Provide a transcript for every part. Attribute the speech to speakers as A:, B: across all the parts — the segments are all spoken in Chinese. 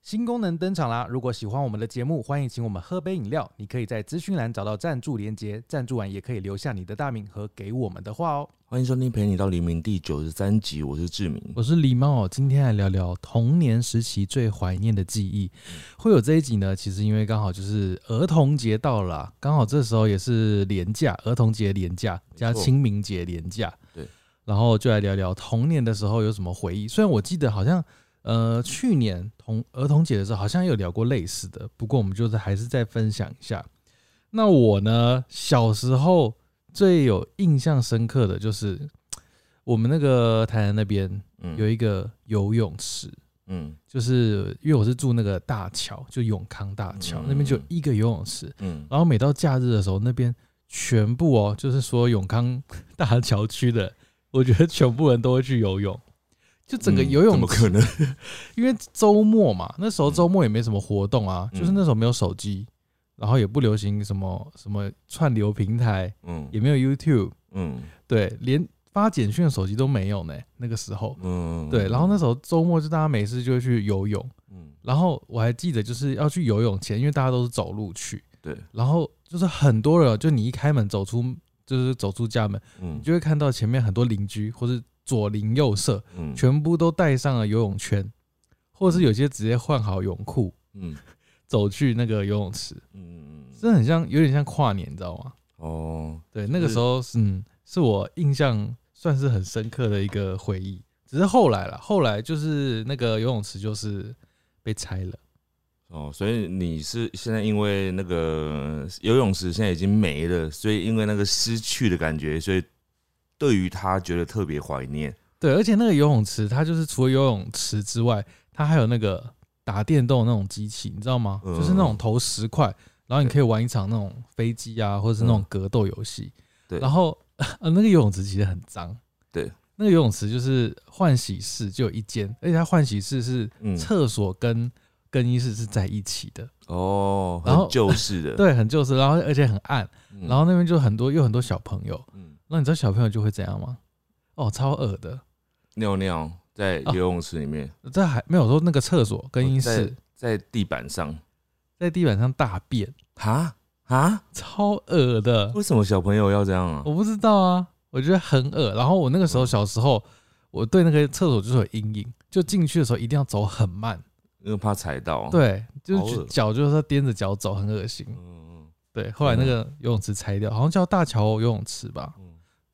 A: 新功能登场啦！如果喜欢我们的节目，欢迎请我们喝杯饮料。你可以在资讯栏找到赞助连结，赞助完也可以留下你的大名和给我们的话哦。
B: 欢迎收听《陪你到黎明》第九十三集，我是志明。
A: 我是狸猫，今天来聊聊童年时期最怀念的记忆。
B: 嗯
A: 会有这一集呢，其实因为刚好就是儿童节到了啊，刚好这时候也是连假，儿童节连假加
B: 没错
A: 清明节连假，
B: 对，
A: 然后就来聊聊童年的时候有什么回忆。虽然我记得好像呃去年童儿童节的时候好像有聊过类似的，不过我们就是还是再分享一下。那我呢，小时候最有印象深刻的就是。我们那个台南那边
B: 嗯
A: 有一个游泳池，
B: 嗯
A: 就是因为我是住那个大桥，就永康大桥、
B: 嗯
A: 那边就一个游泳池，
B: 嗯，
A: 然后每到假日的时候，那边全部哦，就是说永康大桥区的，我觉得全部人都会去游泳，就整个
B: 嗯
A: 游
B: 怎
A: 泳
B: 么
A: 池，
B: 可能？
A: 因为周末嘛，那时候周末也没什么活动啊，
B: 嗯
A: 就是那时候没有手机，然后也不流行什么什么串流平台，
B: 嗯
A: 也没有 YouTube，
B: 嗯
A: 对，连发简讯的手机都没有呢，那个时候。
B: 嗯，
A: 对，然后那时候周末就大家没事就会去游泳，
B: 嗯
A: 然后我还记得就是要去游泳前，因为大家都是走路去，
B: 对，
A: 然后就是很多人，就你一开门走出，就是走出家门，
B: 嗯
A: 你就会看到前面很多邻居或是左邻右舍，
B: 嗯
A: 全部都带上了游泳圈，或者是有些直接换好泳裤
B: 嗯
A: 走去那个游泳池，
B: 嗯嗯嗯
A: 真的很像，有点像跨年，你知道吗？
B: 哦，
A: 对，那个
B: 就是
A: 时候是嗯，是我印象算是很深刻的一个回忆。只是后来了，后来就是那个游泳池就是被拆了，
B: 哦，所以你是现在因为那个游泳池现在已经没了，所以因为那个失去的感觉，所以对于他觉得特别怀念。
A: 对，而且那个游泳池它就是除了游泳池之外，它还有那个打电动的那种机器，你知道吗？就是那种
B: 嗯
A: 投十块，然后你可以玩一场那种飞机啊，或者是那种格斗游戏。
B: 嗯对
A: 然后 呃，那个游泳池其实很脏。
B: 对，
A: 那个游泳池就是换洗室就有一间，而且它换洗室是
B: 嗯，
A: 厕所跟更衣室是在一起的，
B: 哦，
A: 然后
B: 很旧式的，
A: 对，很就是，然后而且很暗，
B: 嗯，
A: 然后那边就很多又很多小朋友，
B: 嗯
A: 那你知道小朋友就会怎样吗？哦，超恶的，
B: 尿尿在
A: 哦
B: 游泳池里面，
A: 这还没有说那个厕所更衣室
B: 在地板上，
A: 在地板上大便，
B: 哈哈，
A: 超恶的，
B: 为什么小朋友要这样啊？
A: 我不知道啊，我觉得很恶。然后我那个时
B: 嗯
A: 候小时候，我对那个厕所就是有阴影，就进去的时候一定要走很慢，
B: 因为怕踩到。，
A: 对，就
B: 哦好
A: 是
B: 恶
A: 脚就是要踮着脚走，很恶心。
B: 嗯
A: 对，后来那个游泳池拆掉，好像叫大桥游泳池吧。
B: 嗯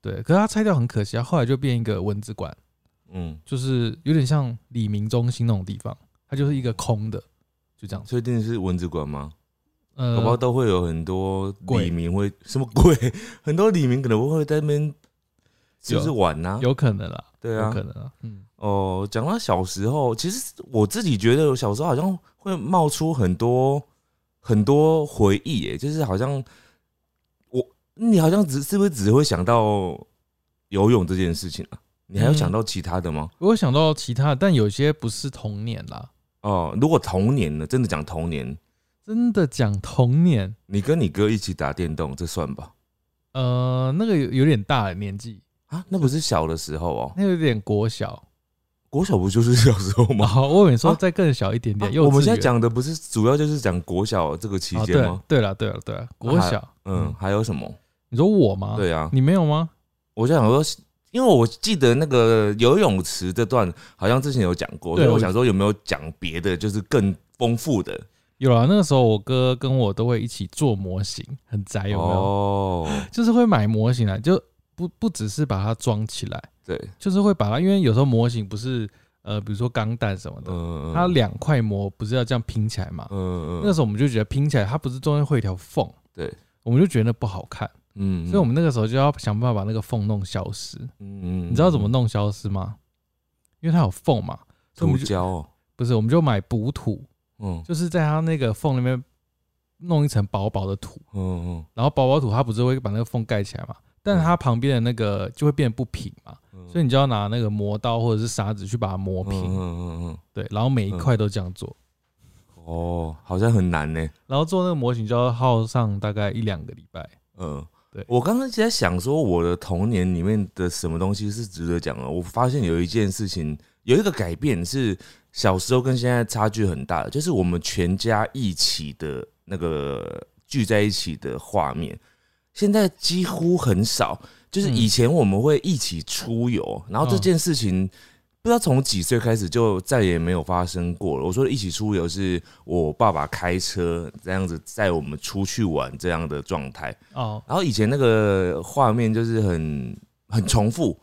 A: 对，可是它拆掉很可惜啊，后来就变一个文字馆，
B: 嗯，
A: 就是有点像李明中心那种地方，它就是一个空的，就这样子。
B: 确定是蚊子馆吗？
A: 呃
B: 宝宝，都会有很多
A: 鬼
B: 李明会什么鬼？ 很多李明可能会在那边就是玩呐、
A: 有可能啦，
B: 啊对
A: 有
B: 啊
A: 可。能啦，嗯，
B: 哦，讲到小时候，其实我自己觉得我小时候好像会冒出很多很多回忆，耶，就是好像我你好像只是不是只会想到游泳这件事情啊？你还有
A: 嗯
B: 想到其他的吗？
A: 我有想到其他的，但有些不是童年啦，
B: 哦，如果童年呢？真的讲童年，
A: 真的讲童年，
B: 你跟你哥一起打电动，这算吧？
A: 呃，那个有有点大的年纪，
B: 啊，那不是小的时候哦，
A: 那有点国小，
B: 国小不就是小时候 吗？
A: 然后我跟你说
B: 啊
A: 再更小一点点，
B: 啊
A: 幼
B: 我们
A: 稚
B: 现在
A: 园
B: 讲的不是主要就是讲国小这个期
A: 啊，
B: 间
A: 对
B: 吗？
A: 对了对了对哦了，国
B: 那还
A: 小，
B: 嗯，还有什么？
A: 你说我吗？，
B: 对啊，
A: 你没有吗？
B: 我就想说，因为我记得那个游泳池这段好像之前有讲过，
A: 对
B: 所以我
A: 我
B: 想说有没有讲别的，就是更丰富的
A: 有啊，那个时候我哥跟我都会一起做模型，很宅哎有没有？
B: 哦，
A: 就是会买模型来，就不不只是把它装起来，
B: 对，
A: 就是会把它，因为有时候模型不是呃，比如说钢弹什么的，
B: 嗯，
A: 它两块膜不是要这样拼起来嘛？
B: 嗯
A: 那时候我们就觉得拼起来它不是中间会有一条缝，
B: 对，
A: 我们就觉得不好看，
B: 嗯
A: 所以我们那个时候就要想办法把那个缝弄消失。
B: 嗯
A: 你知道怎么弄消失吗？因为它有缝嘛，所以我们
B: 涂
A: 就
B: 胶哦，
A: 不是，我们就买补土，
B: 嗯
A: 就是在它那个缝里面弄一层薄薄的土，
B: 嗯嗯
A: 然后薄薄土它不是会把那个缝盖起来嘛？但是它旁边的那个就会变得不平嘛，
B: 嗯，
A: 所以你就要拿那个磨刀或者是砂纸去把它磨
B: 嗯
A: 平，
B: 嗯嗯
A: 对，然后每一块都这样做，
B: 嗯，哦，好像很难呢、
A: 然后做那个模型就要耗上大概一两个礼拜。
B: 嗯，
A: 对
B: 我刚刚一直在想说，我的童年里面的什么东西是值得讲的？我发现有一件事情有一个改变是小时候跟现在差距很大的，就是我们全家一起的那个聚在一起的画面，现在几乎很少。就是以前我们会一起出游，然后这件事情不知道从几岁开始就再也没有发生过了。我说的一起出游是我爸爸开车这样子载我们出去玩这样的状态，
A: 哦，
B: 然后以前那个画面就是很很重复，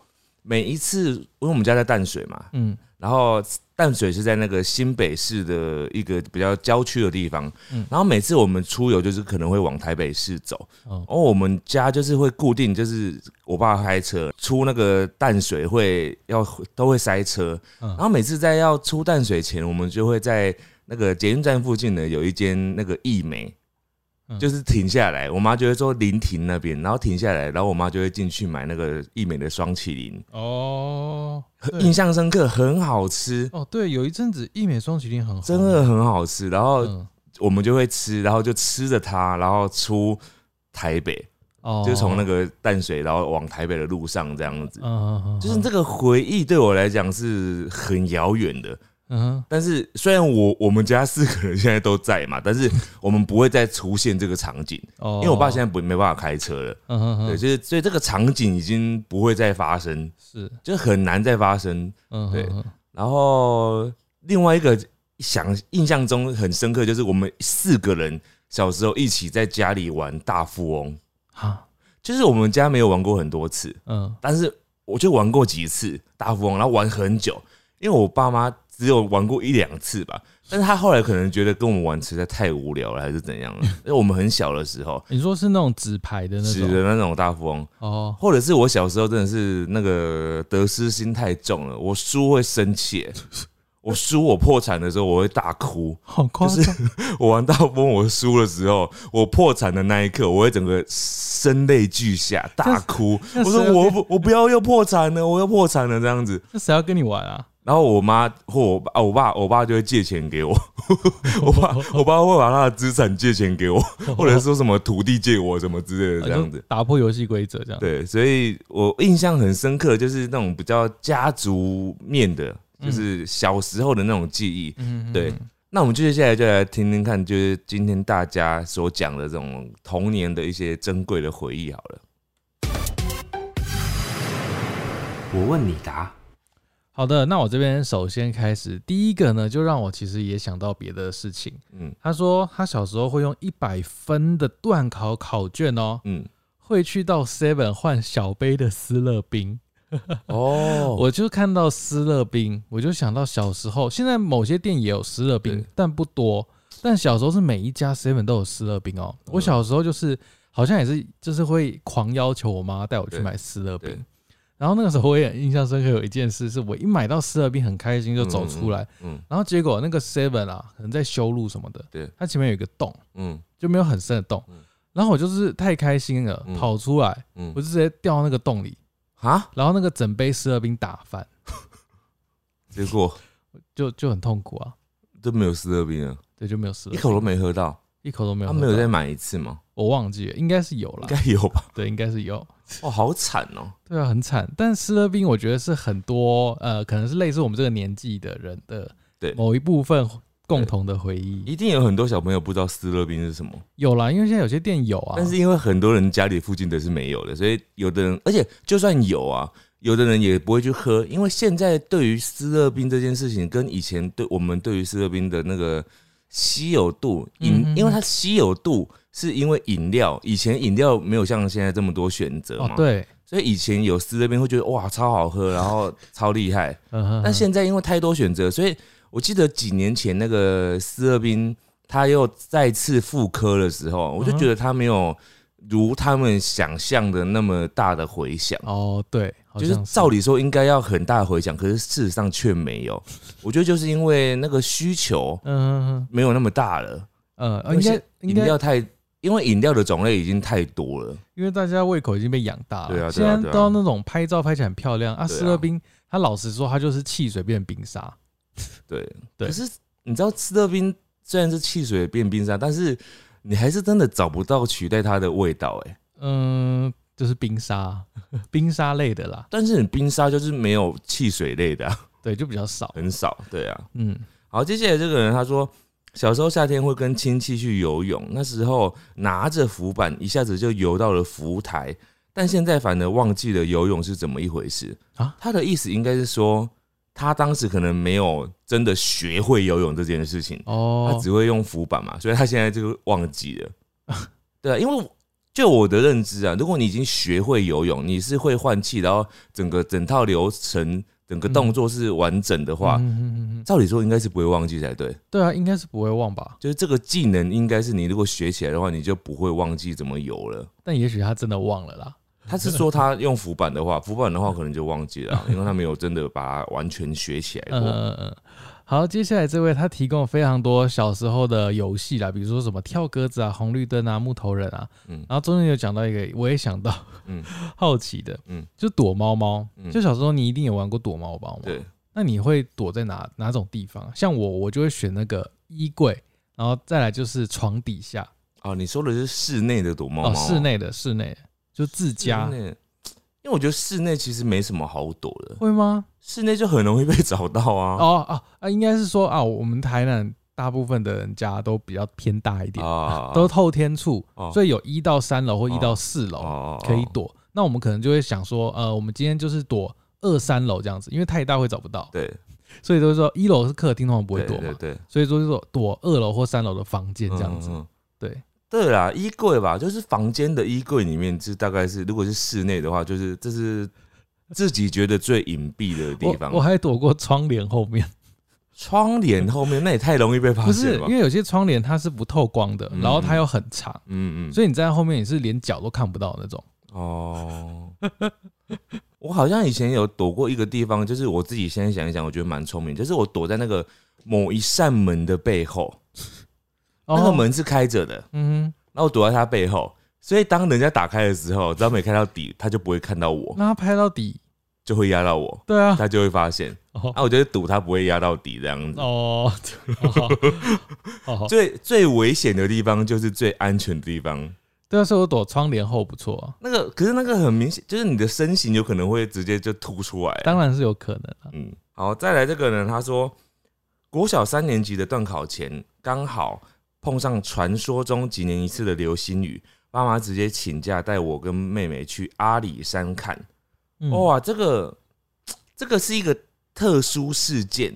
B: 每一次因为我们家在淡水嘛，
A: 嗯
B: 然后淡水是在那个新北市的一个比较郊区的地方，
A: 嗯
B: 然后每次我们出游就是可能会往台北市走，
A: 哦
B: 然后我们家就是会固定，就是我爸开车出那个淡水会要都会塞车，
A: 嗯
B: 然后每次在要出淡水前，我们就会在那个捷运站附近呢有一间那个益美
A: 嗯。
B: 就是停下来，我妈就会说临停那边，然后停下来，然后我妈就会进去买那个益美的双麒麟，
A: 哦，对
B: 印象深刻，很好吃，
A: 哦，对，有一阵子一美双麒麟很红
B: 真的很好吃。然后
A: 嗯
B: 我们就会吃，然后就吃着它，然后出台北，
A: 哦，
B: 就从那个淡水，然后往台北的路上这样子
A: 嗯。嗯嗯，
B: 就是这个回忆对我来讲是很遥远的，
A: 嗯
B: 但是虽然我我们家四个人现在都在嘛，但是我们不会再出现这个场景，
A: 哦，
B: 因为我爸现在不没办法开车了，
A: 嗯嗯
B: 对，
A: 嗯
B: 就是所以这个场景已经不会再发生，
A: 是
B: 就很难再发生。
A: 嗯
B: 对
A: 嗯嗯
B: 然后另外一个想印象中很深刻，就是我们四个人小时候一起在家里玩大富翁，
A: 哈
B: 就是我们家没有玩过很多次，
A: 嗯。
B: 但是我就玩过几次大富翁，然后玩很久，因为我爸妈只有玩过一两次吧，但是他后来可能觉得跟我们玩实在太无聊了，还是怎样了，因为我们很小的时候
A: 你说是那种纸牌的哦那
B: 纸
A: 种
B: 的那种大富翁，
A: 哦，
B: 或者是我小时候真的是那个得失心太重了，我输会生气，我输我破产的时候我会大哭，
A: 好夸张，
B: 我玩到崩，我输的时候，我破产的那一刻，我会整个声泪俱下，大哭。
A: 那谁
B: 我说
A: 要
B: 我不，我不要又破产了，我又破产了这样子。
A: 那谁要跟你玩啊？
B: 然后我妈或我爸，啊我爸，我爸就会借钱给我。 我爸，我爸会把他的资产借钱给我，或者说什么土地借我什么之类的这样
A: 呃哦就
B: 子。
A: 打破游戏规则这样。
B: 对，所以我印象很深刻，就是那种比较家族面的，就是小时候的那种记忆。
A: 嗯，嗯，
B: 对
A: 嗯，
B: 那我们接下来就来听听看，就是今天大家所讲的这种童年的一些珍贵的回忆好了。
C: 我问你答。
A: 好的，那我这边首先开始，第一个呢，就让我其实也想到别的事情。
B: 嗯
A: 他说他小时候会用一百分的段考考卷哦，
B: 嗯，
A: 会去到 Seven 换小杯的斯乐冰。
B: 哦
A: 我就看到斯乐冰，我就想到小时候，现在某些店也有斯乐冰
B: 对，
A: 但不多。但小时候是每一家 Seven 都有斯乐冰哦。
B: 嗯
A: 我小时候就是好像也是就是会狂要求我妈带我去
B: 对
A: 买斯乐冰
B: 对，
A: 然后那个时候我也印象深刻有一件事，是我一买到斯乐冰很开心就走出来，
B: 嗯
A: 然后结果那个 Seven 啊可能在修路什么的，
B: 对
A: 它前面有一个洞，
B: 嗯
A: 就没有很深的洞
B: 嗯，
A: 然后我就是太开心了
B: 嗯
A: 跑出来，
B: 嗯
A: 我，就直接掉到那个洞里，
B: 啊，
A: 然后那个整杯斯乐冰打翻。
B: 结果
A: 就就很痛苦啊，
B: 都没有斯乐冰了，
A: 对，就没有事了
B: 啊一，口都没喝到。
A: 一口都没有
B: 他
A: 喝到。
B: 没有再买一次吗？
A: 我忘记了，应该是有
B: 应
A: 啦，
B: 该有吧。
A: 对，应该是有。
B: 哇，好惨哦。
A: 对啊，很惨。但斯乐冰，我觉得是很多呃，可能是类似我们这个年纪的人的
B: 对
A: 某一部分共同的回忆。
B: 一定有很多小朋友不知道斯乐冰是什么，
A: 有啦，因为现在有些店有啊，
B: 但是因为很多人家里附近的是没有的，所以有的人，而且就算有啊，有的人也不会去喝，因为现在对于斯乐冰这件事情，跟以前对我们对于斯乐冰的那个稀有度，饮
A: 嗯，嗯嗯
B: 因为它稀有度是因为饮料，以前饮料没有像现在这么多选择
A: 哦
B: 嘛，，
A: 对，
B: 所以以前有斯乐冰会觉得哇超好喝，然后超厉害，
A: 嗯哼，
B: 但现在因为太多选择，所以我记得几年前那个斯乐冰他又再次复刻的时候，我就觉得他没有如他们想象的那么大的回响。
A: 哦对，好
B: 就
A: 像
B: 是照
A: 理
B: 理说应该要很大的回响，可是事实上却没有。我觉得就是因为那个需求
A: 嗯嗯
B: 没有那么大了，
A: 嗯呃，
B: 因
A: 应该
B: 为现
A: 应
B: 饮
A: 该
B: 料太，因为饮料的种类已经太多了。
A: 因为大家胃口已经被养大了，
B: 对啊对啊
A: 现在
B: 对啊
A: 都要那种拍照拍起来很漂亮啊。
B: 对啊
A: 斯乐冰，它老实说，它就是汽水变冰沙，
B: 对，
A: 对
B: 可是你知道，吃乐冰虽然是汽水变冰沙，但是你还是真的找不到取代它的味道、欸。哎，
A: 嗯， 就是冰沙，冰沙类的啦。
B: 但是你冰沙就是没有汽水类的啊、
A: 对，就比较少。
B: 很少，对啊。
A: 嗯，
B: 好，接下来这个人他说，小时候夏天会跟亲戚去游泳，那时候拿着浮板一下子就游到了浮台，但现在反而忘记了游泳是怎么一回事
A: 啊
B: 啊。他的意思应该是说，他当时可能没有真的学会游泳这件事情，他
A: 哦，
B: 只会用浮板嘛，所以他现在这个忘记了。 对啊，因为我就我的认知啊，如果你已经学会游泳，你是会换气，然后整个整套流程、整个动作是完整的话，
A: 嗯嗯嗯嗯嗯
B: 照理说应该是不会忘记才对。
A: 对啊，应该是不会忘吧？
B: 就是这个技能，应该是你如果学起来的话，你就不会忘记怎么游 了。
A: 但也许他真的忘了啦。
B: 他是说他用浮板的话，浮板的话可能就忘记 了啊，因为他没有真的把它完全学起来
A: 嗯
B: 过。
A: 嗯嗯。好，接下来这位他提供了非常多小时候的游戏啦，比如说什么跳鸽子啊、红绿灯啊、木头人啊，
B: 嗯
A: 然后中间有讲到一个，我也想到，
B: 嗯
A: 好奇的，
B: 嗯
A: 就躲猫猫，
B: 嗯
A: 就小时候你一定有玩过躲猫猫嘛？
B: 对，
A: 那你会躲在哪哪种地方？像我，我就会选那个衣柜，然后再来就是床底下
B: 啊，你说的是室内的躲猫啊
A: 哦，
B: 猫，
A: 室内的室内的就自家
B: 室内嗯因为我觉得室内其实没什么好躲的，
A: 会吗？
B: 室内就很容易被找到啊。
A: 哦哦啊，应该是说啊，我们台南大部分的人家都比较偏大一点，哦
B: 啊
A: 都透天处，
B: 哦
A: 所以有一到三楼或一
B: 哦
A: 到四楼
B: 哦
A: 可以。躲。那我们可能就会想说，呃，我们今天就是躲二三楼这样子，因为太大会找不到，
B: 对，
A: 所以都是说一楼是客厅，通常不
B: 不
A: 会躲
B: 对
A: 嘛，
B: 对，
A: 所以说就说躲二楼或三楼的房间这样子
B: 嗯。。嗯
A: 对，
B: 对啦，衣柜吧，就是房间的衣柜里面，这大概是如果是室内的话，就是这是自己觉得最隐蔽的嗯地方
A: 我我。还躲过窗帘后面，
B: 窗帘后面那也太容易被发
A: 不是
B: 现了吧
A: 因。为有些窗帘它是不透光的，然后它
B: 嗯
A: 又很长，
B: 嗯嗯，
A: 所以你站在后面你是连脚都看不到的那种。
B: 哦， 我好像以前有躲过一个地方，就是我自己先想一想，我觉得蛮聪明，就是我躲在那个某一扇门的背后，那个
A: 哦，
B: 门是开着的，
A: 嗯
B: 然后我躲在他背后，所以当人家打开的时候，只要没开到底，他就不会看到
A: 哼，
B: 我，
A: 那它拍到底，
B: 就会压 到我，
A: 对 啊，
B: 他就会发现。
A: 哦
B: 啊，我觉得赌他不会压到底这样子。
A: 哦，好好，
B: 最最危险的地方就是最安全的地方。
A: 对啊，所以我躲窗帘后不错啊，
B: 那个可是那个很明显，就是你的身形有可能会直接就凸出来。
A: 当然是有可能啊。
B: 嗯，好，再来这个人，他说国小三年级的段考前，刚好碰上传说中几年一次的流星雨，爸妈直接请假带我跟妹妹去阿里山看。
A: 嗯
B: 哇，这个这个是一个特殊事件，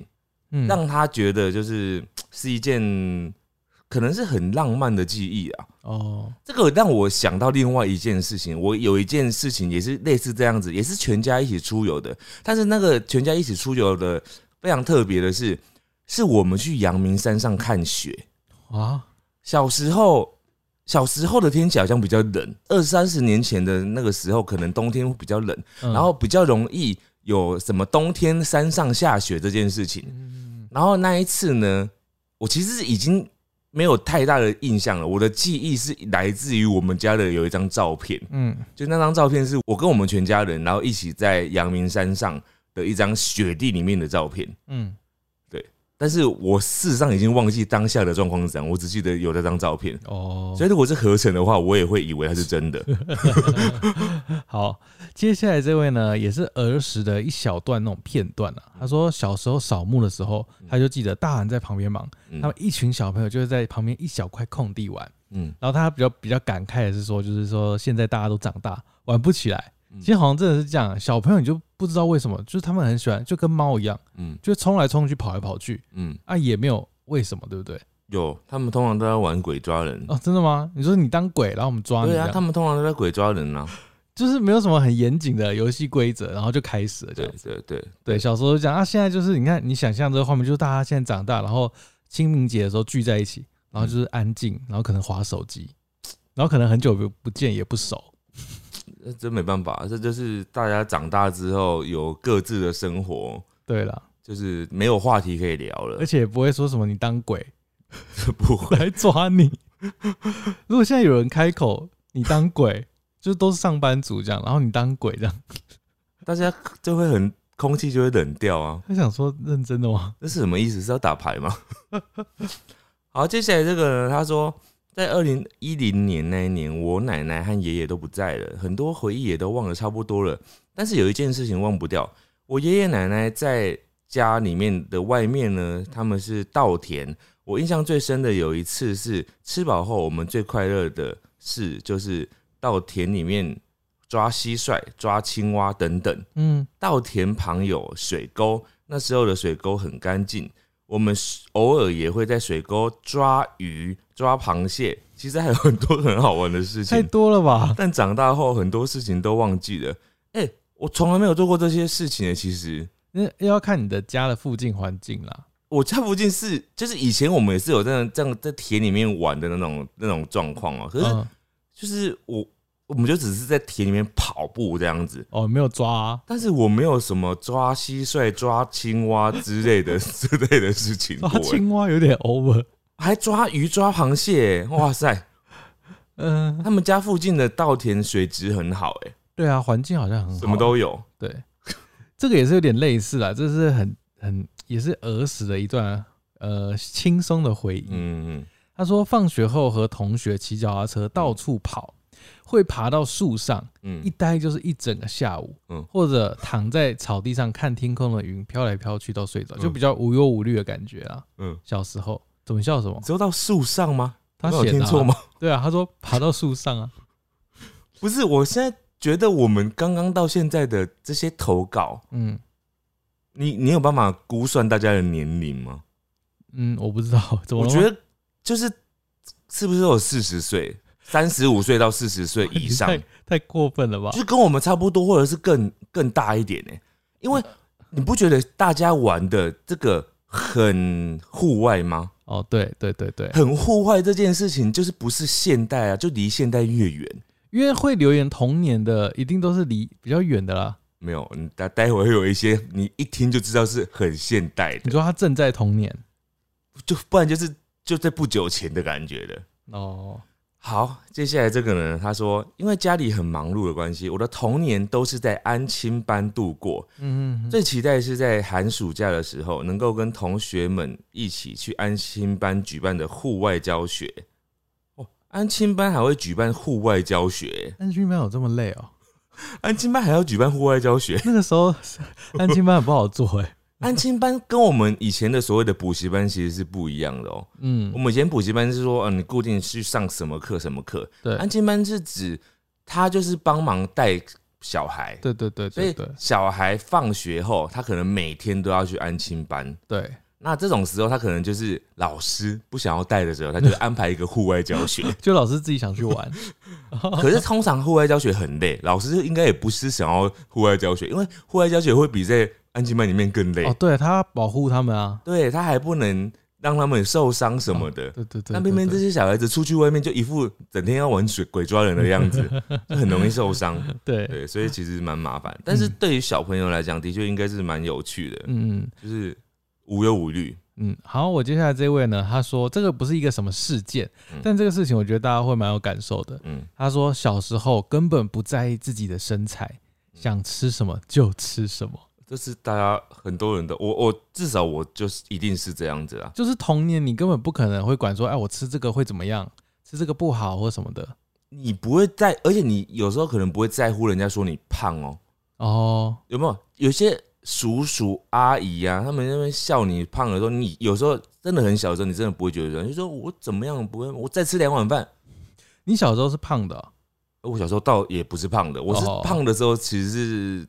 A: 嗯
B: 让他觉得就是是一件可能是很浪漫的记忆啊。
A: 哦，
B: 这个让我想到另外一件事情，我有一件事情也是类似这样子，也是全家一起出游的，但是那个全家一起出游的非常特别的是，是我们去阳明山上看雪。
A: 啊，
B: 小时候，小时候的天气好像比较冷，二三十年前的那个时候，可能冬天会比较冷，
A: 嗯
B: 然后比较容易有什么冬天山上下雪这件事情。
A: 嗯
B: 然后那一次呢，我其实已经没有太大的印象了。我的记忆是来自于我们家的有一张照片，
A: 嗯
B: 就那张照片是我跟我们全家人，然后一起在阳明山上的一张雪地里面的照片。
A: 嗯，
B: 但是我事实上已经忘记当下的状况是怎样，我只记得有那张照片。
A: 哦
B: 所，以如果是合成的话，我也会以为它是真的。
A: 好，接下来这位呢，也是儿时的一小段那种片段啊。
B: 嗯
A: 他说小时候扫墓的时候，他就记得大人在旁边忙，
B: 嗯
A: 他们一群小朋友就会在旁边一小块空地玩。
B: 嗯，
A: 然后他比较比较感慨的是说，就是说现在大家都长大，玩不起来。
B: 嗯
A: 其实好像真的是这样，啊小朋友你就不知道为什么，就是他们很喜欢，就跟猫一样，
B: 嗯
A: 就冲来冲去，跑来跑去
B: 嗯，
A: 啊，也没有为什么，对不对？
B: 有，他们通常都在玩鬼抓人。
A: 哦，真的吗？你说你当鬼，然后我们抓你这
B: 对
A: 样，
B: 啊，他们通常都在鬼抓人啊。
A: 就是没有什么很严谨的游戏规则，然后就开始了这
B: 对
A: 样子。
B: 对对
A: 对，小时候就讲啊，现在就是你看，你想象这个画面，就是大家现在长大，然后清明节的时候聚在一起，然后就是安静，然后可能划手机，然后可能很久不不见也不熟。
B: 那真没办法，这就是大家长大之后有各自的生活，
A: 对啦，
B: 就是没有话题可以聊了
A: 而，且也不会说什么你当鬼
B: 不会。
A: 来抓你。 如果现在有人开口你当鬼，就是都是上班族这样，然后你当鬼这样，
B: 大家就会很空气就会冷掉啊，
A: 他想说认真的吗？
B: 这是什么意思？是要打牌吗？ 好，接下来这个呢，他说，在二零一零年那一年，我奶奶和爷爷都不在了，很多回忆也都忘得差不多了。但是有一件事情忘不掉，我爷爷奶奶在家里面的外面呢，他们是稻田。我印象最深的有一次是吃饱后，我们最快乐的事就是到田里面抓蟋蟀、抓青蛙等等。
A: 嗯，
B: 稻田旁有水沟，那时候的水沟很干净，我们偶尔也会在水沟抓鱼、抓螃蟹，其实还有很多很好玩的事
A: 太
B: 情。
A: 多了吧？
B: 但长大后很多事情都忘记了。哎、我从来没有做过这些事情诶，其实
A: 那要看你的家的附近环境啦。
B: 我家附近是，就是以前我们也是有这样这样在田里面玩的那种那种状况哦。可是
A: 嗯，
B: 就是我，我们就只是在田里面跑步这样子，
A: 哦，没有抓、啊，
B: 但是我没有什么抓蟋蟀、抓青蛙之类的 之类的事情过
A: 抓
B: 欸，
A: 青蛙有点 over。
B: 还抓鱼、抓螃蟹欸，哇塞！
A: 嗯、
B: 他们家附近的稻田水质很好，哎，
A: 对啊，环境好像很好，
B: 什么都有。
A: 对。这个也是有点类似啦，这是很很也是儿时的一段呃轻松的回忆。
B: 嗯，嗯
A: 他说放学后和同学骑脚踏车到处跑，会爬到树上，一
B: 嗯，
A: 待就是一整个下午，
B: 嗯
A: 或者躺在草地上看天空的云飘来飘去到睡着，
B: 嗯
A: 就比较无忧无虑的感觉啊。
B: 嗯，
A: 小时候怎么笑什么
B: 你？知道树上吗？
A: 他
B: 我有
A: 写的、
B: 听错
A: 啊、
B: 吗？
A: 对啊，他说爬到树上啊，
B: 不是，我现在觉得我们刚刚到现在的这些投稿，
A: 嗯
B: 你你有办法估算大家的年龄吗？
A: 嗯，我不知道怎么
B: 我
A: 了吗，
B: 觉得就是是不是都有四十岁、三十五岁到四十岁 以上，
A: 太太过分了吧
B: 就？是跟我们差不多，或者是更更大一点呢、因为你不觉得大家玩的这个很户外吗？
A: 哦，对对对对，
B: 很户外这件事情，就是不是现代啊，就离现代越远。
A: 因为会留言童年的一定都是离比较远的啦。
B: 没有，你待待会会有一些，你一听就知道是很现代的
A: 你，说他正在童年
B: 就不然就是就在不久前的感觉了。
A: 哦，
B: 好，接下来这个呢，他说，因为家里很忙碌的关系，我的童年都是在安亲班度过。
A: 嗯，
B: 最期待是在寒暑假的时候，能够跟同学们一起去安亲班举办的户外教学。哦，安亲班还会举办户外教学，
A: 安亲班有这么累哦？
B: 安亲班还要举办户外教学。
A: 那个时候 安亲班很不好做哎、
B: 安亲班跟我们以前的所谓的补习班其实是不一样的哦。我
A: 嗯，
B: 们以前补习班是说，嗯、你固定去上什么课什么课，
A: 对，
B: 安亲班是指他就是帮忙带小孩，
A: 对对对
B: 所
A: 对
B: 以
A: 对
B: 小孩放学后，他可能每天都要去安亲班。
A: 对，
B: 那这种时候，他可能就是老师不想要带的时候，他就安排一个户外 教学。
A: 就老师自己想去玩，
B: 可是通常户外教学很累，老师应该也不是想要户外教学，因为户外教学会比在安亲班里面更累。
A: 哦，对他要保护他们啊，
B: 对他还不能让他们受伤什么的。
A: 对对哦对，
B: 那偏偏这
A: 对
B: 些小孩子出去外面就一副整天要玩水鬼抓人的 样子，就很容易受伤。
A: 对，对
B: 对，所以其实蛮麻烦，但是对于小朋友来讲，的确应该是蛮有趣的，
A: 嗯嗯
B: 就是无忧无虑。
A: 嗯，好，我接下来这位呢，他说这个不是一个什么事件，
B: 嗯
A: 但这个事情我觉得大家会蛮有感受的。
B: 嗯，
A: 他说小时候根本不在意自己的身材，
B: 嗯
A: 想吃什么就吃什么，
B: 这是大家很多人的，我我至少我就是一定是这样子啊。
A: 就是童年你根本不可能会管说，哎，我吃这个会怎么样，吃这个不好或什么的。
B: 你不会在，而且你有时候可能不会在乎人家说你胖哦，
A: 哦，
B: 有没有？有些叔叔阿姨啊，他们那边笑你胖的时候，你有时候真的很小的时候，你真的不会觉得这样，你就说我怎么样不会，我再吃两碗饭。
A: 你小时候是胖的哦、
B: 我小时候倒也不是胖的，我是
A: 哦
B: 胖的时候其实是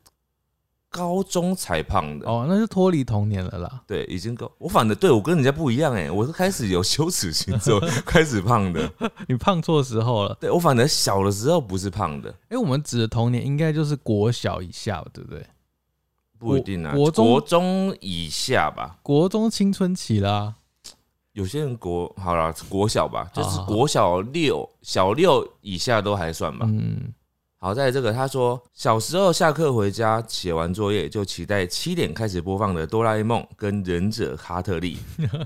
B: 高中才胖的。
A: 哦，那就脱离童年了啦。
B: 对，已经够。我反正对我跟人家不一样哎、我是开始有羞耻心 之后开始胖的。
A: 你胖错时候了。
B: 对我反正小的时候不是胖的，
A: 哎、我们指的童年应该就是国小以下吧，对不对？
B: 不一定啊。
A: 国国中
B: 中以下吧，
A: 国中青春期啦，
B: 有些人国好了国小吧，就
A: 好
B: 是
A: 好好
B: 国小六小六以下都还算吧。
A: 嗯，
B: 好在这个，他说小时候下课回家写完作业，就期待七点开始播放的《哆啦 A 梦》跟《忍者哈特利》，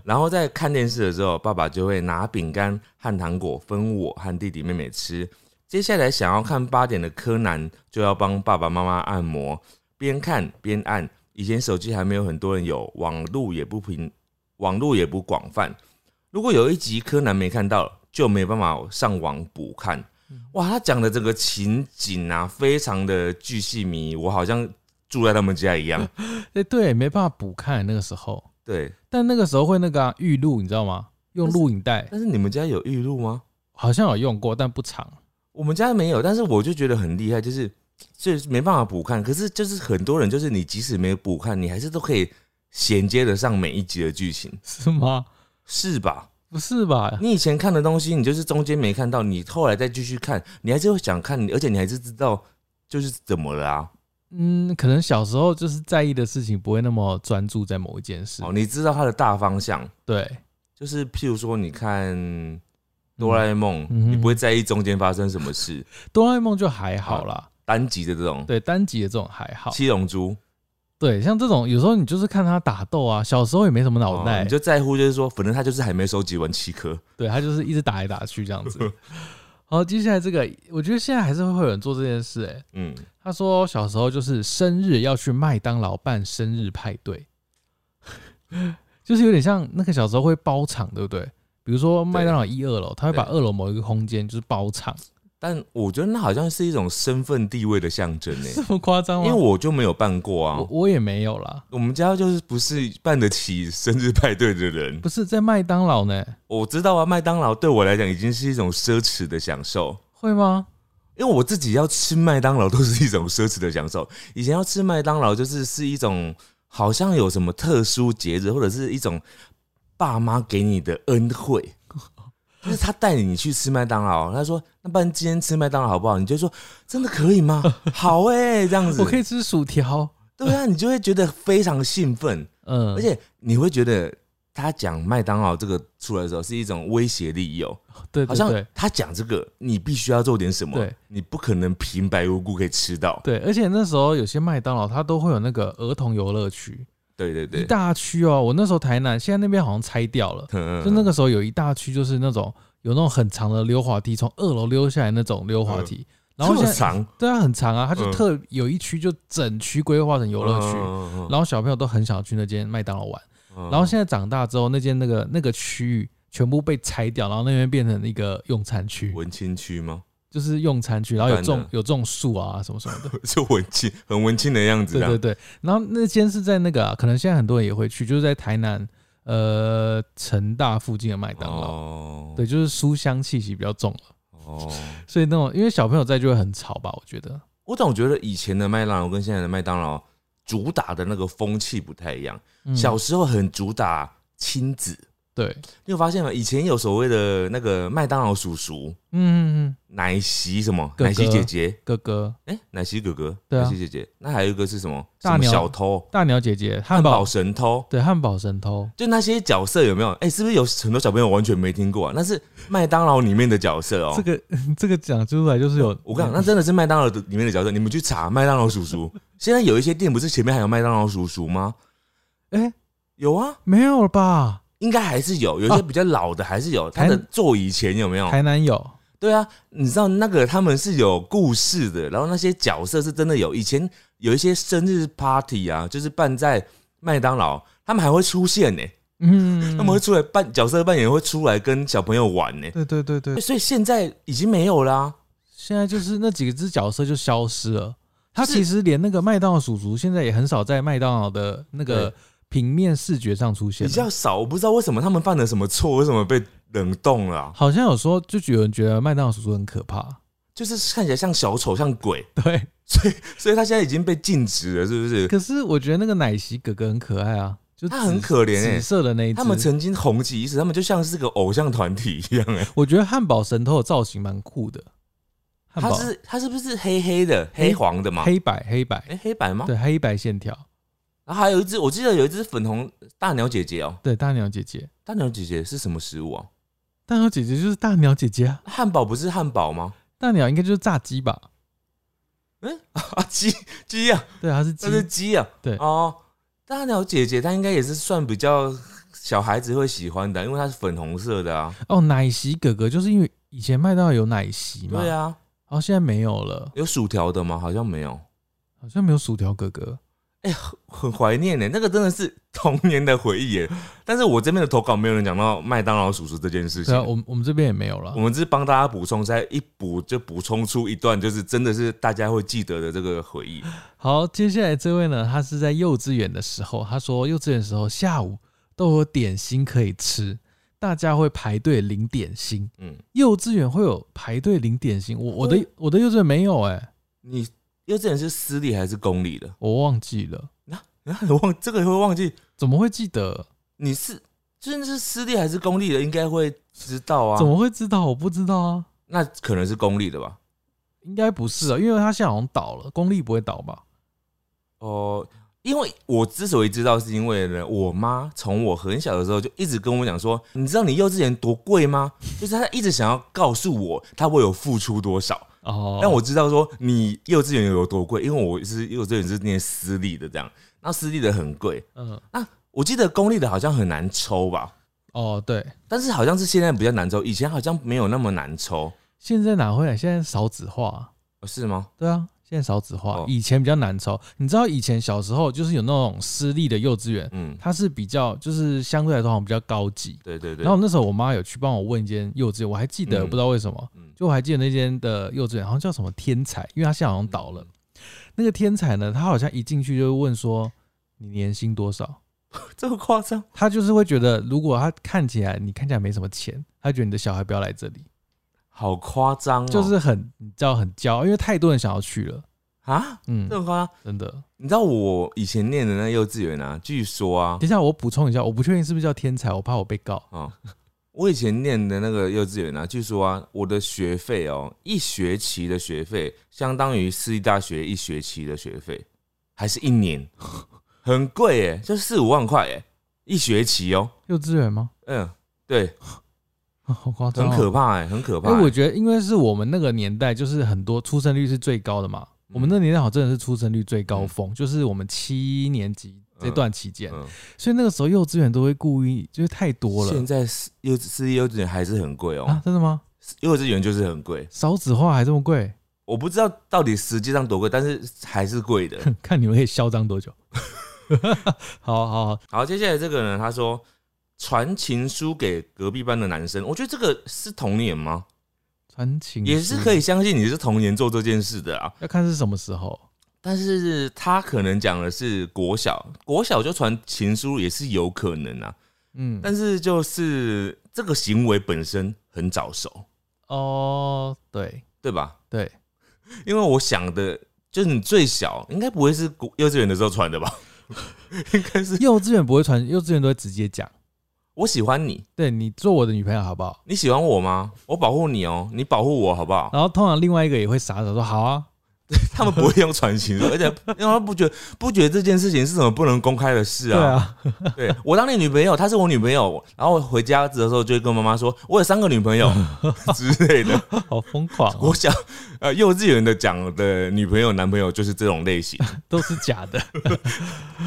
B: 然后在看电视的时候，爸爸就会拿饼干和糖果分我和弟弟妹妹吃。接下来想要看八点的柯南，就要帮爸爸妈妈按摩，边看边按。以前手机还没有很多人有，网路也不平，网路也不广泛。如果有一集柯南没看到，就没办法上网补看。哇，他讲的这个情景啊，非常的巨细靡遗，我好像住在他们家一样。
A: 哎，对，没办法补看那个时候，
B: 对，
A: 但那个时候会那个啊预录，你知道吗？用
B: 但是
A: 录影带，
B: 但是你们家有预录吗？
A: 好像有用过，但不长。
B: 我们家没有，但是我就觉得很厉害，就是就是没办法补看，可是就是很多人就是你即使没有补看，你还是都可以衔接得上每一集的剧情，
A: 是吗？
B: 是吧？
A: 不是吧？
B: 你以前看的东西，你就是中间没看到，你后来再继续看，你还是会想看，而且你还是知道就是怎么了啊？
A: 嗯，可能小时候就是在意的事情不会那么专注在某一件事。
B: 哦，你知道它的大方向，
A: 对，
B: 就是譬如说你看。哆啦 A 梦，
A: 嗯哼
B: 你不会在意中间发生什么事，
A: 哆啦 A 梦就还好啦，
B: 单集的这种，
A: 对单集的这种还好。
B: 七龙珠，
A: 对，像这种有时候你就是看他打斗啊，小时候也没什么脑
B: 哦
A: 袋，
B: 你就在乎就是说，反正他就是还没收集完七颗，
A: 对他就是一直打来打去这样子。 好，接下来这个，我觉得现在还是会有人做这件事、欸。
B: 嗯，
A: 他说小时候就是生日要去麦当劳办生日派对，就是有点像那个小时候会包场，对不对？比如说麦当劳一二楼，他会把
B: 对
A: 二楼某一个空间就是包场，
B: 但我觉得那好像是一种身份地位的象征呢、
A: 这么夸张
B: 因
A: 吗？
B: 为我就没有办过啊
A: 我。我也没有啦，
B: 我们家就是不是办得起生日派对的人
A: 不，是在麦当劳呢，
B: 我知道啊，麦当劳对我来讲已经是一种奢侈的享受，
A: 会吗？
B: 因为我自己要吃麦当劳都是一种奢侈的享受。以前要吃麦当劳就是是一种好像有什么特殊节日，或者是一种爸妈给你的恩惠， 就是他带你去吃麦当劳，他说那不然今天吃麦当劳好不好？你就说真的可以吗？好哎、这样子
A: 我可以吃薯条，
B: 对啊，你就会觉得非常兴奋，
A: 嗯，
B: 而且你会觉得他讲麦当劳这个出来的时候是一种威胁利诱，
A: 对
B: 好
A: 对
B: 像
A: 对
B: 他讲这个你必须要做点什么
A: 对，
B: 你不可能平白无故可以吃到。
A: 对，而且那时候有些麦当劳它都会有那个儿童游乐区，
B: 对对
A: 一
B: 对，
A: 大区哦。我那时候台南，现在那边好像拆掉了，
B: 嗯
A: 就那个时候有一大区就是那种有那种很长的溜滑梯，从二楼溜下来那种溜滑梯，然后
B: 嗯这
A: 现
B: 么
A: 在
B: 长
A: 对啊很长啊，它就
B: 嗯
A: 特有一区就整区规划成游乐区。
B: 嗯
A: 然后小朋友都很想去那间麦当劳玩，
B: 嗯
A: 然后现在长大之后，那间那个那个区域全部被拆掉，然后那边变成一个用餐区，
B: 文青区吗？
A: 就是用餐区，然后有
B: 一般
A: 种
B: 的
A: 有种树啊什么什么的，
B: 就文青，很文青的样子
A: 对对
B: 啊。
A: 对。然后那间是在那个、啊，可能现在很多人也会去，就是在台南呃成大附近的麦当劳，
B: 哦，
A: 对，就是书香气息比较重啊了，
B: 哦，
A: 所以那种因为小朋友在就会很吵吧，我觉得。
B: 我总觉得以前的麦当劳跟现在的麦当劳主打的那个风气不太一样。
A: 嗯
B: 小时候很主打亲子，
A: 对，
B: 你有发现吗？以前有所谓的那个麦当劳叔叔、
A: 嗯，嗯嗯
B: 奶昔什么、
A: 哥哥
B: 奶昔姐姐，
A: 哥哥
B: 哎、奶昔哥哥、
A: 对啊
B: 奶昔姐姐，那还有一个是什么？
A: 大
B: 什么
A: 鸟
B: 小偷、
A: 大鸟姐姐汉
B: 宝
A: 堡
B: 神偷，
A: 对汉堡神偷，
B: 就那些角色有没有？哎、是不是有很多小朋友完全没听过啊？那是麦当劳里面的角色哦、
A: 这个 这个讲出来就是有
B: 我跟你讲，那真的是麦当劳的里面的角色。你们去查麦当劳叔叔，现在有一些店不是前面还有麦当劳叔叔吗？
A: 哎、
B: 有啊，
A: 没有了吧？
B: 应该还是有，有一些比较老的还是有。他的
A: 哦台
B: 座椅前有没有？
A: 台 南有，
B: 对啊，你知道那个他们是有故事的，然后那些角色是真的有。以前有一些生日 party 啊，就是办在麦当劳，他们还会出现呢、
A: 嗯，
B: 他们会出来扮角色扮演，会出来跟小朋友玩呢、
A: 对对对对，
B: 所以现在已经没有啦、
A: 现在就是那几个只角色就消失了。他
B: 是
A: 其实连那个麦当劳叔叔现在也很少在麦当劳的那个
B: 对
A: 平面视觉上出现
B: 比
A: 了，
B: 较少。我不知道为什么他们犯了什么错，为什么被冷冻了啊、
A: 好像有说就有人觉得麦当劳叔叔很可怕，
B: 就是看起来像小丑，像鬼，
A: 对。
B: 所以他现在已经被禁止了，是不 是？
A: 可是我觉得那个奶昔哥哥很可爱啊，就
B: 他很
A: 紫
B: 可怜哎、
A: 紫色的那一只。
B: 他们曾经红极一时，他们就像是个偶像团体一样哎、
A: 我觉得汉堡神偷的造型蛮酷的，汉
B: 它
A: 堡
B: 是它是不是黑黑的、
A: 黑
B: 黑黄的嘛？
A: 黑白黑白，
B: 哎、黑白吗？
A: 对黑白线条，
B: 然后还有一只，我记得有一只粉红大鸟姐姐哦、
A: 对大鸟姐姐，
B: 大鸟姐姐是什么食物啊？
A: 大鸟姐姐就是大鸟姐姐啊，
B: 汉堡不是汉堡吗？
A: 大鸟应该就是炸鸡吧？
B: 啊，鸡鸡啊，
A: 对，它是鸡
B: 那，是鸡啊。
A: 对
B: 哦，大鸟姐姐她应该也是算比较小孩子会喜欢的，因为它是粉红色的啊。
A: 哦，奶昔哥哥就是因为以前麦当劳有奶昔嘛，哦
B: 对，啊，
A: 然后现在没有了，
B: 有薯条的吗？好像没有。
A: 好像没有薯条哥哥，
B: 很怀念呢、那个真的是童年的回忆耶、但是我这边的投稿没有人讲到麦当劳叔叔这件事情
A: 对啊，，我们我们这边也没有了
B: 我。们只是帮大家补充，在一补就补充出一段，就是真的是大家会记得的这个回忆。
A: 好，接下来这位呢，他是在幼稚园的时候，他说幼稚园的时候下午都有点心可以吃，大家会排队领点心。
B: 嗯，
A: 幼稚园会有排队领点心，我我的我的幼稚园没有哎、
B: 你幼稚园是私立还是公立的？
A: 我忘记了，
B: 然后你忘这个会忘记
A: 怎么会记得？
B: 你是就是是私立还是公立的，应该会知道啊
A: 怎。么会知道？我不知道啊，
B: 那可能是公立的吧？
A: 应该不是啊，因为他现在好像倒了，公立不会倒吧？
B: 哦、因为我之所以知道，是因为呢，我妈从我很小的时候就一直跟我讲说，你知道你幼稚园多贵吗？就是她一直想要告诉我，她为我付出多少。
A: 哦，
B: 让我知道说你幼稚园有多贵，因为我是幼稚园是念私立的这样，那私立的很贵，
A: 嗯
B: 我记得公立的好像很难抽吧，
A: 哦对，
B: 但是好像是现在比较难抽，以前好像没有那么难抽，
A: 现在哪会啊？现在少子化啊、
B: 哦是吗？
A: 对啊，现在少子化，
B: 哦
A: 以前比较难抽。你知道以前小时候就是有那种私立的幼稚园，
B: 嗯，
A: 它是比较就是相对来说好像比较高级。
B: 对对对
A: 然，后那时候我妈有去帮我问一间幼稚园，我还记得，
B: 嗯
A: 不知道为什么，
B: 嗯
A: 就我还记得那间的幼稚园好像叫什么天才，因为它现在好像倒了。
B: 嗯
A: 那个天才呢，他好像一进去就会问说你年薪多少，
B: 这么夸张，
A: 他就是会觉得如果他看起来你看起来没什么钱，他觉得你的小孩不要来这里，
B: 好夸张哦，
A: 就是很你知道很骄傲，因为太多人想要去了。
B: 啊，
A: 嗯
B: 这，么夸张。
A: 真的。
B: 你知道我以前念的那幼稚园啊，据说啊
A: 等，一下，我补充一下，我不确定是不是叫天才，我怕我被告。
B: 哦，我以前念的那个幼稚园啊，据说啊，我的学费哦，一学期的学费相当于私立大学一学期的学费，还是一年， 很贵耶，就四五万块耶，一学期哦，
A: 幼稚园吗？
B: 嗯，对，
A: 好夸张、
B: 很
A: 哦，
B: 可怕哎，很可怕
A: 因为我
B: 耶。
A: 觉得，因为是我们那个年代，就是很多出生率是最高的嘛。
B: 嗯
A: 我们那年代好像真的是出生率最高峰，就是我们七年级这段期间，
B: 嗯，
A: 所以那个时候幼稚园都会故意，就是太多了
B: 现在私幼私立幼稚园还是很贵哦，
A: 啊！真的吗？
B: 幼稚园就是很贵，
A: 少子化还这么贵，
B: 我不知道到底实际上多贵，但是还是贵 的。
A: 看你们可以嚣张多 久。好好好，
B: 好，接下来这个呢，他说传情书给隔壁班的男生，我觉得这个是童年吗？
A: 传情
B: 也是
A: 书
B: 可以，相信你是童年做这件事的啊。
A: 要看是什么时候。
B: 但是他可能讲的是国小，国小就传情书也是有可能啊。
A: 嗯，
B: 但是就是这个行为本身很早熟，
A: 哦，对
B: 对吧？
A: 对，
B: 因为我想的，就是你最小应该不会是国幼稚园的时候传的吧？ 应该是
A: 幼稚园不会传，幼稚园都会直接讲。
B: 我喜欢你，
A: 对你做我的女朋友好不好？
B: 你喜欢我吗？我保护你哦、你保护我好不好？
A: 然后通常另外一个也会傻傻说好啊，
B: 他们不会用传情书，而且因为他不觉得不觉得这件事情是什么不能公开的事
A: 对
B: 啊。
A: 啊，
B: 对我当你女朋友，她是我女朋友，然后回家的时候就会跟妈妈说，我有三个女朋友之类的。
A: 好疯狂、哦
B: 我，想，呃，幼稚园的讲的女朋友、男朋友就是这种类型，
A: 都是假的。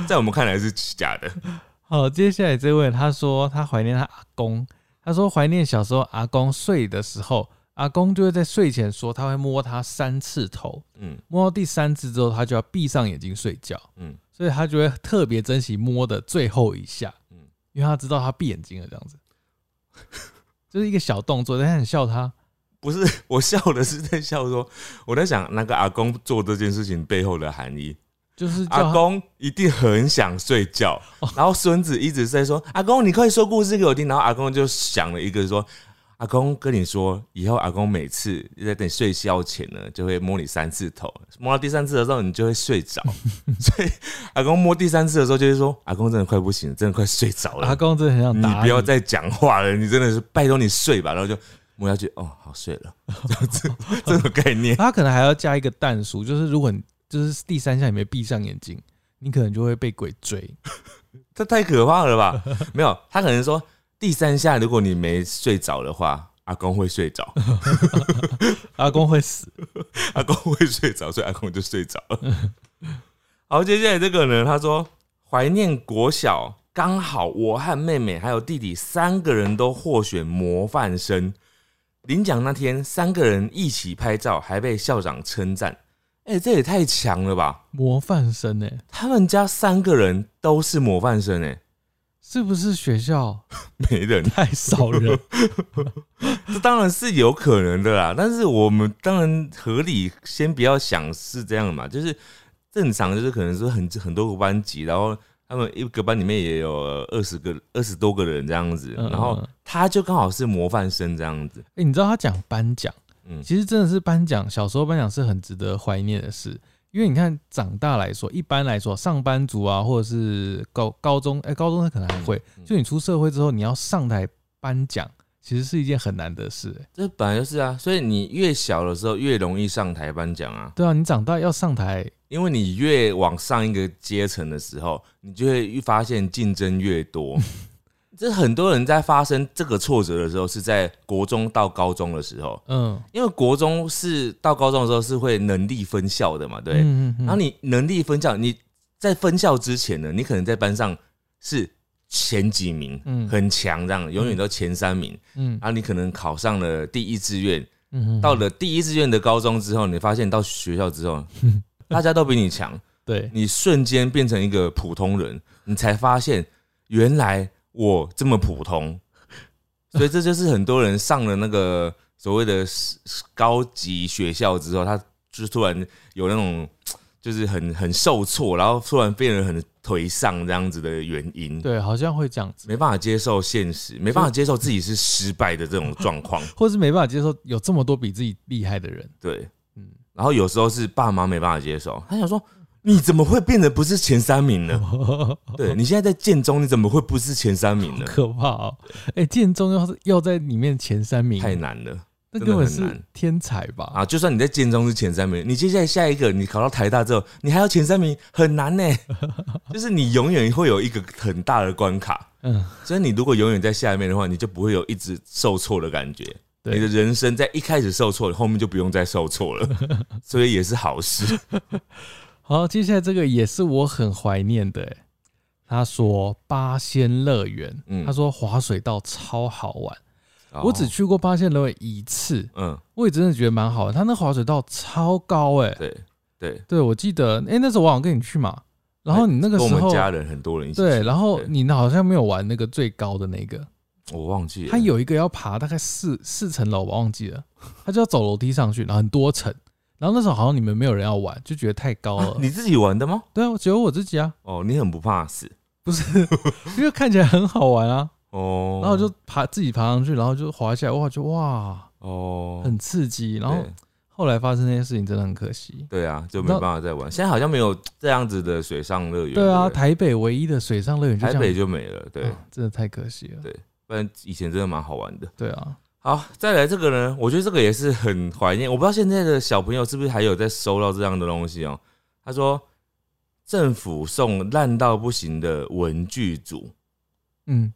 B: 在我们看来是假的。
A: 好，接下来这位他说他怀念他阿公，他说怀念小时候阿公睡的时候，阿公就会在睡前说他会摸他三次头，
B: 嗯
A: 摸到第三次之后他就要闭上眼睛睡觉，
B: 嗯，
A: 所以他就会特别珍惜摸的最后一下，
B: 嗯
A: 因为他知道他闭眼睛了这样子，就是一个小动作，但他很笑他。
B: 不是， 我笑的是在笑说，我在想那个阿公做这件事情背后的含义。
A: 就是哦叫他
B: 阿公一定很想睡觉，然后孙子一直在说：“阿公，你快说故事给我听。”然后阿公就想了一个说：“阿公跟你说，以后阿公每次在等你睡觉前呢，就会摸你三次头，摸到第三次的时候，你就会 睡着。所以阿公摸第三次的时候，就会说：‘阿公真的快不行了，真的快睡着
A: 阿
B: 了，
A: 公真的很想
B: 你
A: 打
B: 不要再讲话了，你真的是拜托你睡吧。’然后就摸下去，哦，好睡了，这样子这种 概念。
A: 他可能还要加一个蛋数，就是如果你就是第三下你没闭上眼睛，你可能就会被鬼追。
B: 这太可怕了吧？没有，他可能说第三下，如果你没睡着的话，阿公会睡着，
A: 阿公会死。
B: 阿公会睡着，所以阿公就睡着了。 好，接下来这个呢，他说怀念国小，刚好我和妹妹还有弟弟三个人都获选模范生。领奖那天，三个人一起拍照，还被校长称赞。哎、这也太强了吧！
A: 模范生哎、
B: 他们家三个人都是模范生哎、
A: 是不是学校
B: 没人，
A: 太少 人？
B: 这当然是有可能的啦。但是我们当然合理，先不要想是这样嘛，就是正常，就是可能是很很多个班级，然后他们一个班里面也有二十个、二十多个人这样子，
A: 嗯
B: 然后
A: 嗯
B: 他就刚好是模范生这样子，
A: 哎、你知道他讲颁奖，
B: 嗯，
A: 其实真的是颁奖，小时候颁奖是很值得怀念的事。因为你看，长大来说，一般来说，上班族啊，或者是高高中，哎、高中他可能还会，就你出社会之后，你要上台颁奖，其实是一件很难的事、哎
B: 这本来就是啊，所以你越小的时候越容易上台颁奖啊，
A: 对啊，你长大要上台，
B: 因为你越往上一个阶层的时候，你就会发现竞争越多。这很多人在发生这个挫折的时候，是在国中到高中的时候，
A: 嗯，
B: 因为国中是到高中的时候是会能力分校的嘛，对。
A: 嗯嗯
B: 然后你能力分校，你在分校之前呢，你可能在班上是前几名，
A: 嗯
B: 很强这样，永远都前三名。
A: 嗯
B: 然后你可能考上了第一志愿，
A: 嗯，
B: 啊到
A: 嗯
B: 了第一志愿的高中之后，你发现到学校之 后，大家都比你强，
A: 对，
B: 你瞬间变成一个普通人，你才发现原来我这么 普通，所以这就是很多人上了那个所谓的高级学校之后，他就突然有那种就是很很受挫，然后突然变得很颓丧这样子的原因。
A: 对，好像会这样子，
B: 没办法接受现实，没办法接受自己是失败的这种状况。
A: 或是没办法接受有这么多比自己厉害的人。
B: 对，
A: 嗯
B: 然后有时候是爸妈没办法接受，他想说你怎么会变得不是前三名呢？对你现在在建中，你怎么会不是前三名呢？
A: 可怕哦！哎、建中要是要在里面前三名，
B: 太难了
A: 那
B: 真的
A: 根本
B: 很
A: 是
B: 难
A: 天才吧？
B: 啊！就算你在建中是前三名，你接下来下一个你考到台大之后，你还要前三名，很 难呢、就是你永远会有一个很大的关卡，
A: 嗯，
B: 所以你如果永远在下面的话，你就不会有一直受挫的感觉。
A: 对
B: 你的人生在一开始受挫，后面就不用再受挫 了，所以也是好事。
A: 好，接下来这个也是我很怀念的欸。他说八仙乐园，
B: 嗯哦
A: 他说滑水道超好玩。 我只去过八仙乐园一次，
B: 嗯，
A: 我也真的觉得蛮好玩。他那滑水道超高哎、
B: 对对，
A: 对我记得，哎、那时候我好像跟你去嘛，然后你那个
B: 跟我
A: 时
B: 们
A: 候
B: 家人很多人一起去，
A: 对，然后
B: 对
A: 你好像没有玩那个最高的那个，
B: 我忘记了，
A: 它有一个要爬大概四四层楼吧，忘记了，他就要走楼梯上去，然后很多层。然后那时候好像你们没有人要玩，就觉得太高
B: 啊
A: 了。
B: 你自己玩的吗？
A: 对啊，只有我自己啊，
B: 哦，你很不怕死
A: 不是，因为看起来很好玩啊。
B: 哦，
A: 然后就爬自己爬上去，然后就滑下来，哇，就哇，
B: 哦，
A: 很刺激。然后
B: 对
A: 后来发生那些事情真的很可惜。
B: 对啊，就
A: 你
B: 没
A: 知道
B: 办法再玩。现在好像没有这样子的水上乐园，
A: 对啊，
B: 不
A: 台北唯一的水上乐园就这
B: 台
A: 样，
B: 北就没了，对，
A: 啊真的太可惜了
B: 对。不然以前真的蛮好玩的。
A: 对啊，
B: 好，再来这个呢，我觉得这个也是很怀念。我不知道现在的小朋友是不是还有在收到这样的东西哦。他说，政府送烂到不行的文具组，
A: 嗯，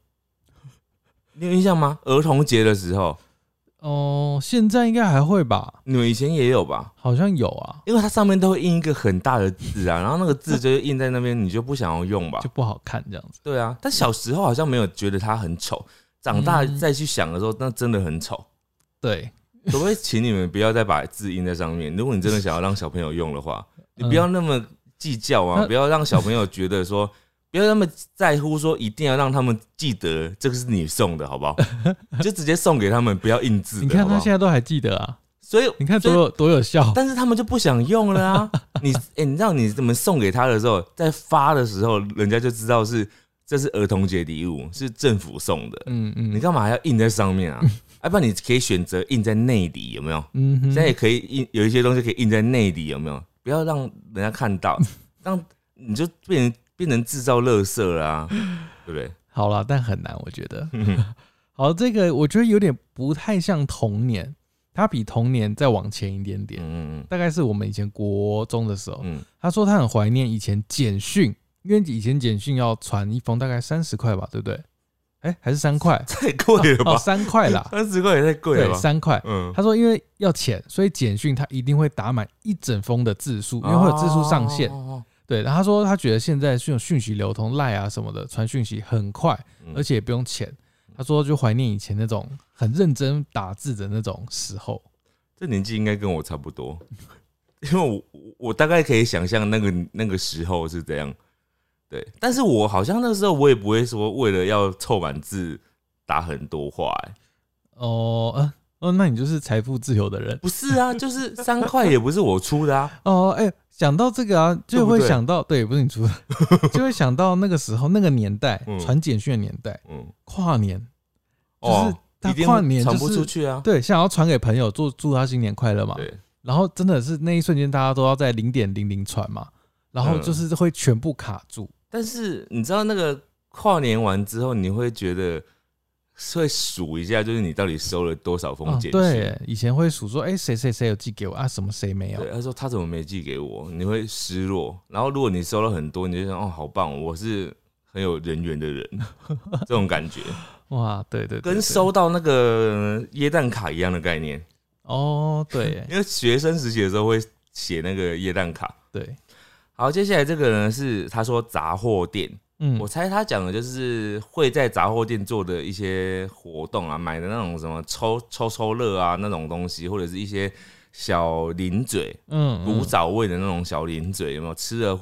B: 你有印象吗？儿童节的时候，
A: 哦，现在应该还会吧？
B: 你们以前也有吧？
A: 好像有啊，
B: 因为它上面都会印一个很大的字啊，然后那个字就是印在那边，你就不想要用吧
A: 就？不好看这样子。
B: 对啊，但小时候好像没有觉得它很丑，长大
A: 嗯
B: 再去想的时候，那真的 很丑。
A: 对，
B: 可不可以请你们不要再把字印在上面？如果你真的想要让小朋友用的话，你
A: 嗯
B: 不要那么计较啊，
A: 那
B: 不要让小朋友觉得说，不要那么在乎说一定要让他们记得这个是你送的，好 不好？就直接送给他们，不要印字的。
A: 你看
B: 好不
A: 他
B: 好
A: 现在都还记得啊，
B: 所以
A: 你看
B: 所
A: 多
B: 以
A: 有多有效。
B: 但是他们就不想用 了啊！你哎、你知道你怎么送给他的时候，在发的时候，人家就知道是这是儿童节礼物，是政府送的。
A: 嗯
B: 你
A: 嗯
B: 干嘛还要印在上 面啊？要、不然你可以选择印在内里，有没有？
A: 嗯哼，
B: 现在也可以印，有一些东西可以印在内里，有没有？不要让人家 看到，让你就变成变成制造垃圾了啊，对不 对？
A: 好了，但很难，我觉得。
B: 嗯
A: 好，这个我觉得有点不太像童年，它比童年再往前一点点，
B: 嗯嗯
A: 大概是我们以前国中的时候。
B: 嗯？
A: 他说他很怀念以前简讯，因为以前简讯要传一封大概三十块吧，对不对？哎、还是三块
B: 太贵了
A: 哦，
B: 吧？，
A: 三块啦
B: 三十块也太贵
A: 对
B: 了，吧？
A: 三块。
B: 嗯，
A: 他说因为要钱，所以简讯他一定会打满一整封的字数，因为会有字数上限。
B: 哦
A: 对，然后他说他觉得现在这种讯息流通赖啊什么的，传讯息很快，
B: 嗯
A: 而且也不用钱。他说就怀念以前那种很认真打字的那种时候。
B: 这年纪应该跟我差不多。 因为我我我大概可以想象那个那个时候是怎样，对。但是我好像那时候我也不会说为了要凑满字打很多话、欸，
A: 哦，呃，哦，那你就是财富自由的人
B: 不是啊， 就是三块也不是我出的啊，
A: 哦。哎、讲到这个啊，
B: 对
A: 就
B: 不
A: 会
B: 对
A: 想到，对，不是你出 的，就会想到那个时候那个年代
B: 嗯
A: 传简讯的年代，
B: 嗯，
A: 跨年就是
B: 哦，
A: 他
B: 一定
A: 跨年就
B: 传
A: 是
B: 不出去啊，
A: 对，想要传给朋友，祝祝他新年快乐嘛。
B: 对，
A: 然后真的是那一瞬间，大家都要在零点零零传嘛，然后就是会全部卡住。
B: 但是你知道那个跨年完之后，你会觉得会数一下，就是你到底收了多少封
A: 啊
B: 简讯、
A: 对，以前会数说，哎、谁谁谁有寄给我啊，什么谁没有
B: 对，。他说他怎么没寄给我？你会失落。然后如果你收了很多，你就想哦，好棒，我是很有人缘的人， 这种 感觉
A: 哇，对对对
B: 跟
A: 对
B: 收到那个耶诞卡一样的概念。
A: 哦，对耶
B: 因为学生时期的时候会写那个耶诞卡。
A: 对，
B: 好，接下来这个呢是他说杂货店，
A: 嗯
B: 我，猜他讲的就是会在杂货店做的一些活动啊，买的那种什么抽抽抽乐啊那种东西，或者是一些小零嘴、
A: 嗯
B: 古早味的那种小零嘴，有没有吃了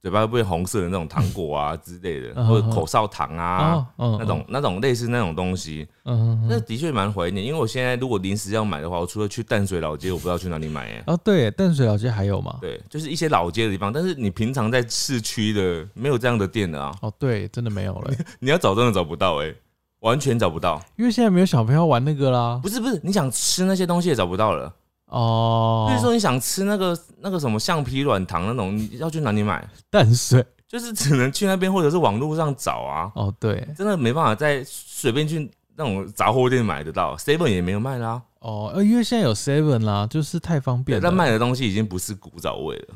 B: 嘴巴会变红色的那种糖 果啊之类的，
A: 嗯
B: 或者口哨糖啊。，
A: 嗯
B: 那种，那种类似那种东西，
A: 嗯嗯
B: 那
A: 嗯，
B: 的确蛮怀念。因为我现在如果临时要买的话，我除了去淡水老街，我不知道去哪里买、欸。
A: 哦，对耶，淡水老街还有吗？
B: 对，就是一些老街的地方，但是你平常在市区的没有这样的店的啊。
A: 哦，对，真的没有了耶，
B: 你要找真的找不到哎、完全找不到。
A: 因为现在没有小朋友玩那个啦
B: 不。是不是，你想吃那些东西也找不到了。
A: 哦，
B: 比如说你想吃那个那个什么橡皮软糖那种，你要去哪里买？
A: 淡水，
B: 就是只能去那边或者是网络上找啊，
A: 哦，对，
B: 真的没办法再随便去那种杂货店买得到，seven 也没有卖啦、
A: 哦，呃，因为现在有 Seven 啦，就是太方
B: 对，
A: 便了。
B: 但卖的东西已经不是古早味了。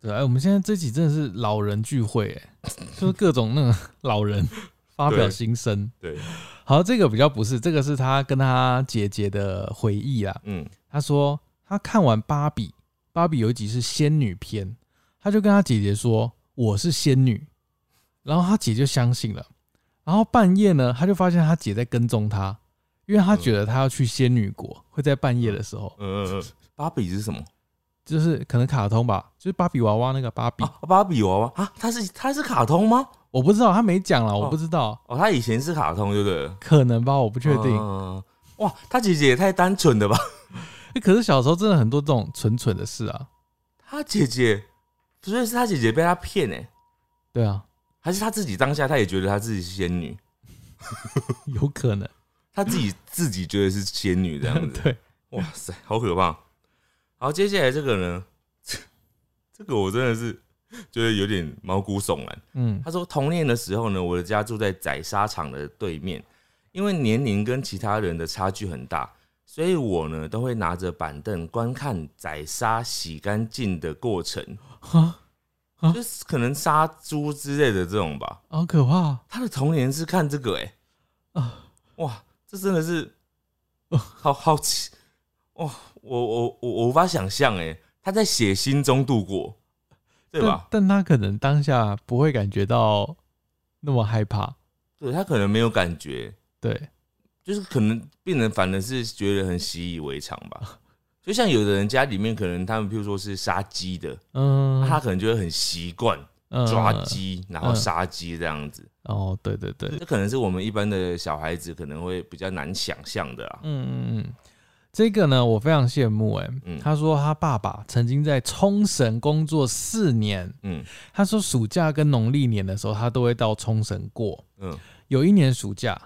A: 对，哎，我们现在这集真的是老人聚会，哎，就是各种那个 老人发表
B: 对
A: 心声。
B: 对，
A: 好，这个比较不是，这个是他跟他姐姐的回忆啦。
B: 嗯，
A: 他说他看完芭比，芭比有一集是仙女篇，他就跟他姐姐说我是仙女，然后他姐就相信了。然后半夜呢，他就发现他姐在跟踪他，因为他觉得他要去仙女国，会在半夜的时候，
B: 呃，芭比是什么？
A: 就是可能卡通吧，就是芭比娃娃那个芭比，
B: 啊，芭比娃娃啊，它是它是卡通吗？
A: 我不知道他没讲了，我不知道。
B: 哦，它以前是卡通，对不对了？
A: 可能吧，我不确定、
B: 嗯哇，他姐姐也太单纯了吧？
A: 欸可是小时候真的很多这种蠢蠢的事啊，
B: 他姐姐，所以是他姐姐被他骗哎、
A: 对 啊，
B: 还是他自己当下他也觉得他自己是仙女，
A: 有可能。
B: 他自己自己觉得是仙女这样子。
A: 对，
B: 哇塞，好可怕！好，接下来这个呢，这个我真的是觉得有点毛骨悚然。
A: 嗯
B: 他说，童年的时候呢，我的家住在宰杀场的对面，因为年龄跟其他人的差距很大，所以我呢都会拿着板凳观看宰杀洗干净的过程，
A: 啊，啊
B: 就是可能杀猪之类的这种吧。
A: 好可怕
B: 他的童年是看这个哎、
A: 啊！
B: 哇，这真的是
A: 哦
B: 好好奇哇！我我我我无法想象哎、他在血腥中度过，对吧？
A: 但？但他可能当下不会感觉到那么害怕，
B: 对他可能没有感觉，
A: 对，
B: 就是可能病人反而是觉得很习以为常吧。就像有的人家里面可能他们譬如说是杀鸡的，
A: 嗯，
B: 啊他可能就会很习惯
A: 嗯
B: 抓鸡，然后
A: 嗯
B: 杀鸡这样子。
A: 哦，对对对，
B: 这可能是我们一般的小孩子可能会比较难想象的啊。
A: 嗯嗯嗯，这个呢，我非常羡慕哎、
B: 嗯
A: 他说他爸爸曾经在冲绳工作四年，
B: 嗯
A: 他说暑假跟农历年的时候，他都会到冲绳过，
B: 嗯，
A: 有一年暑假，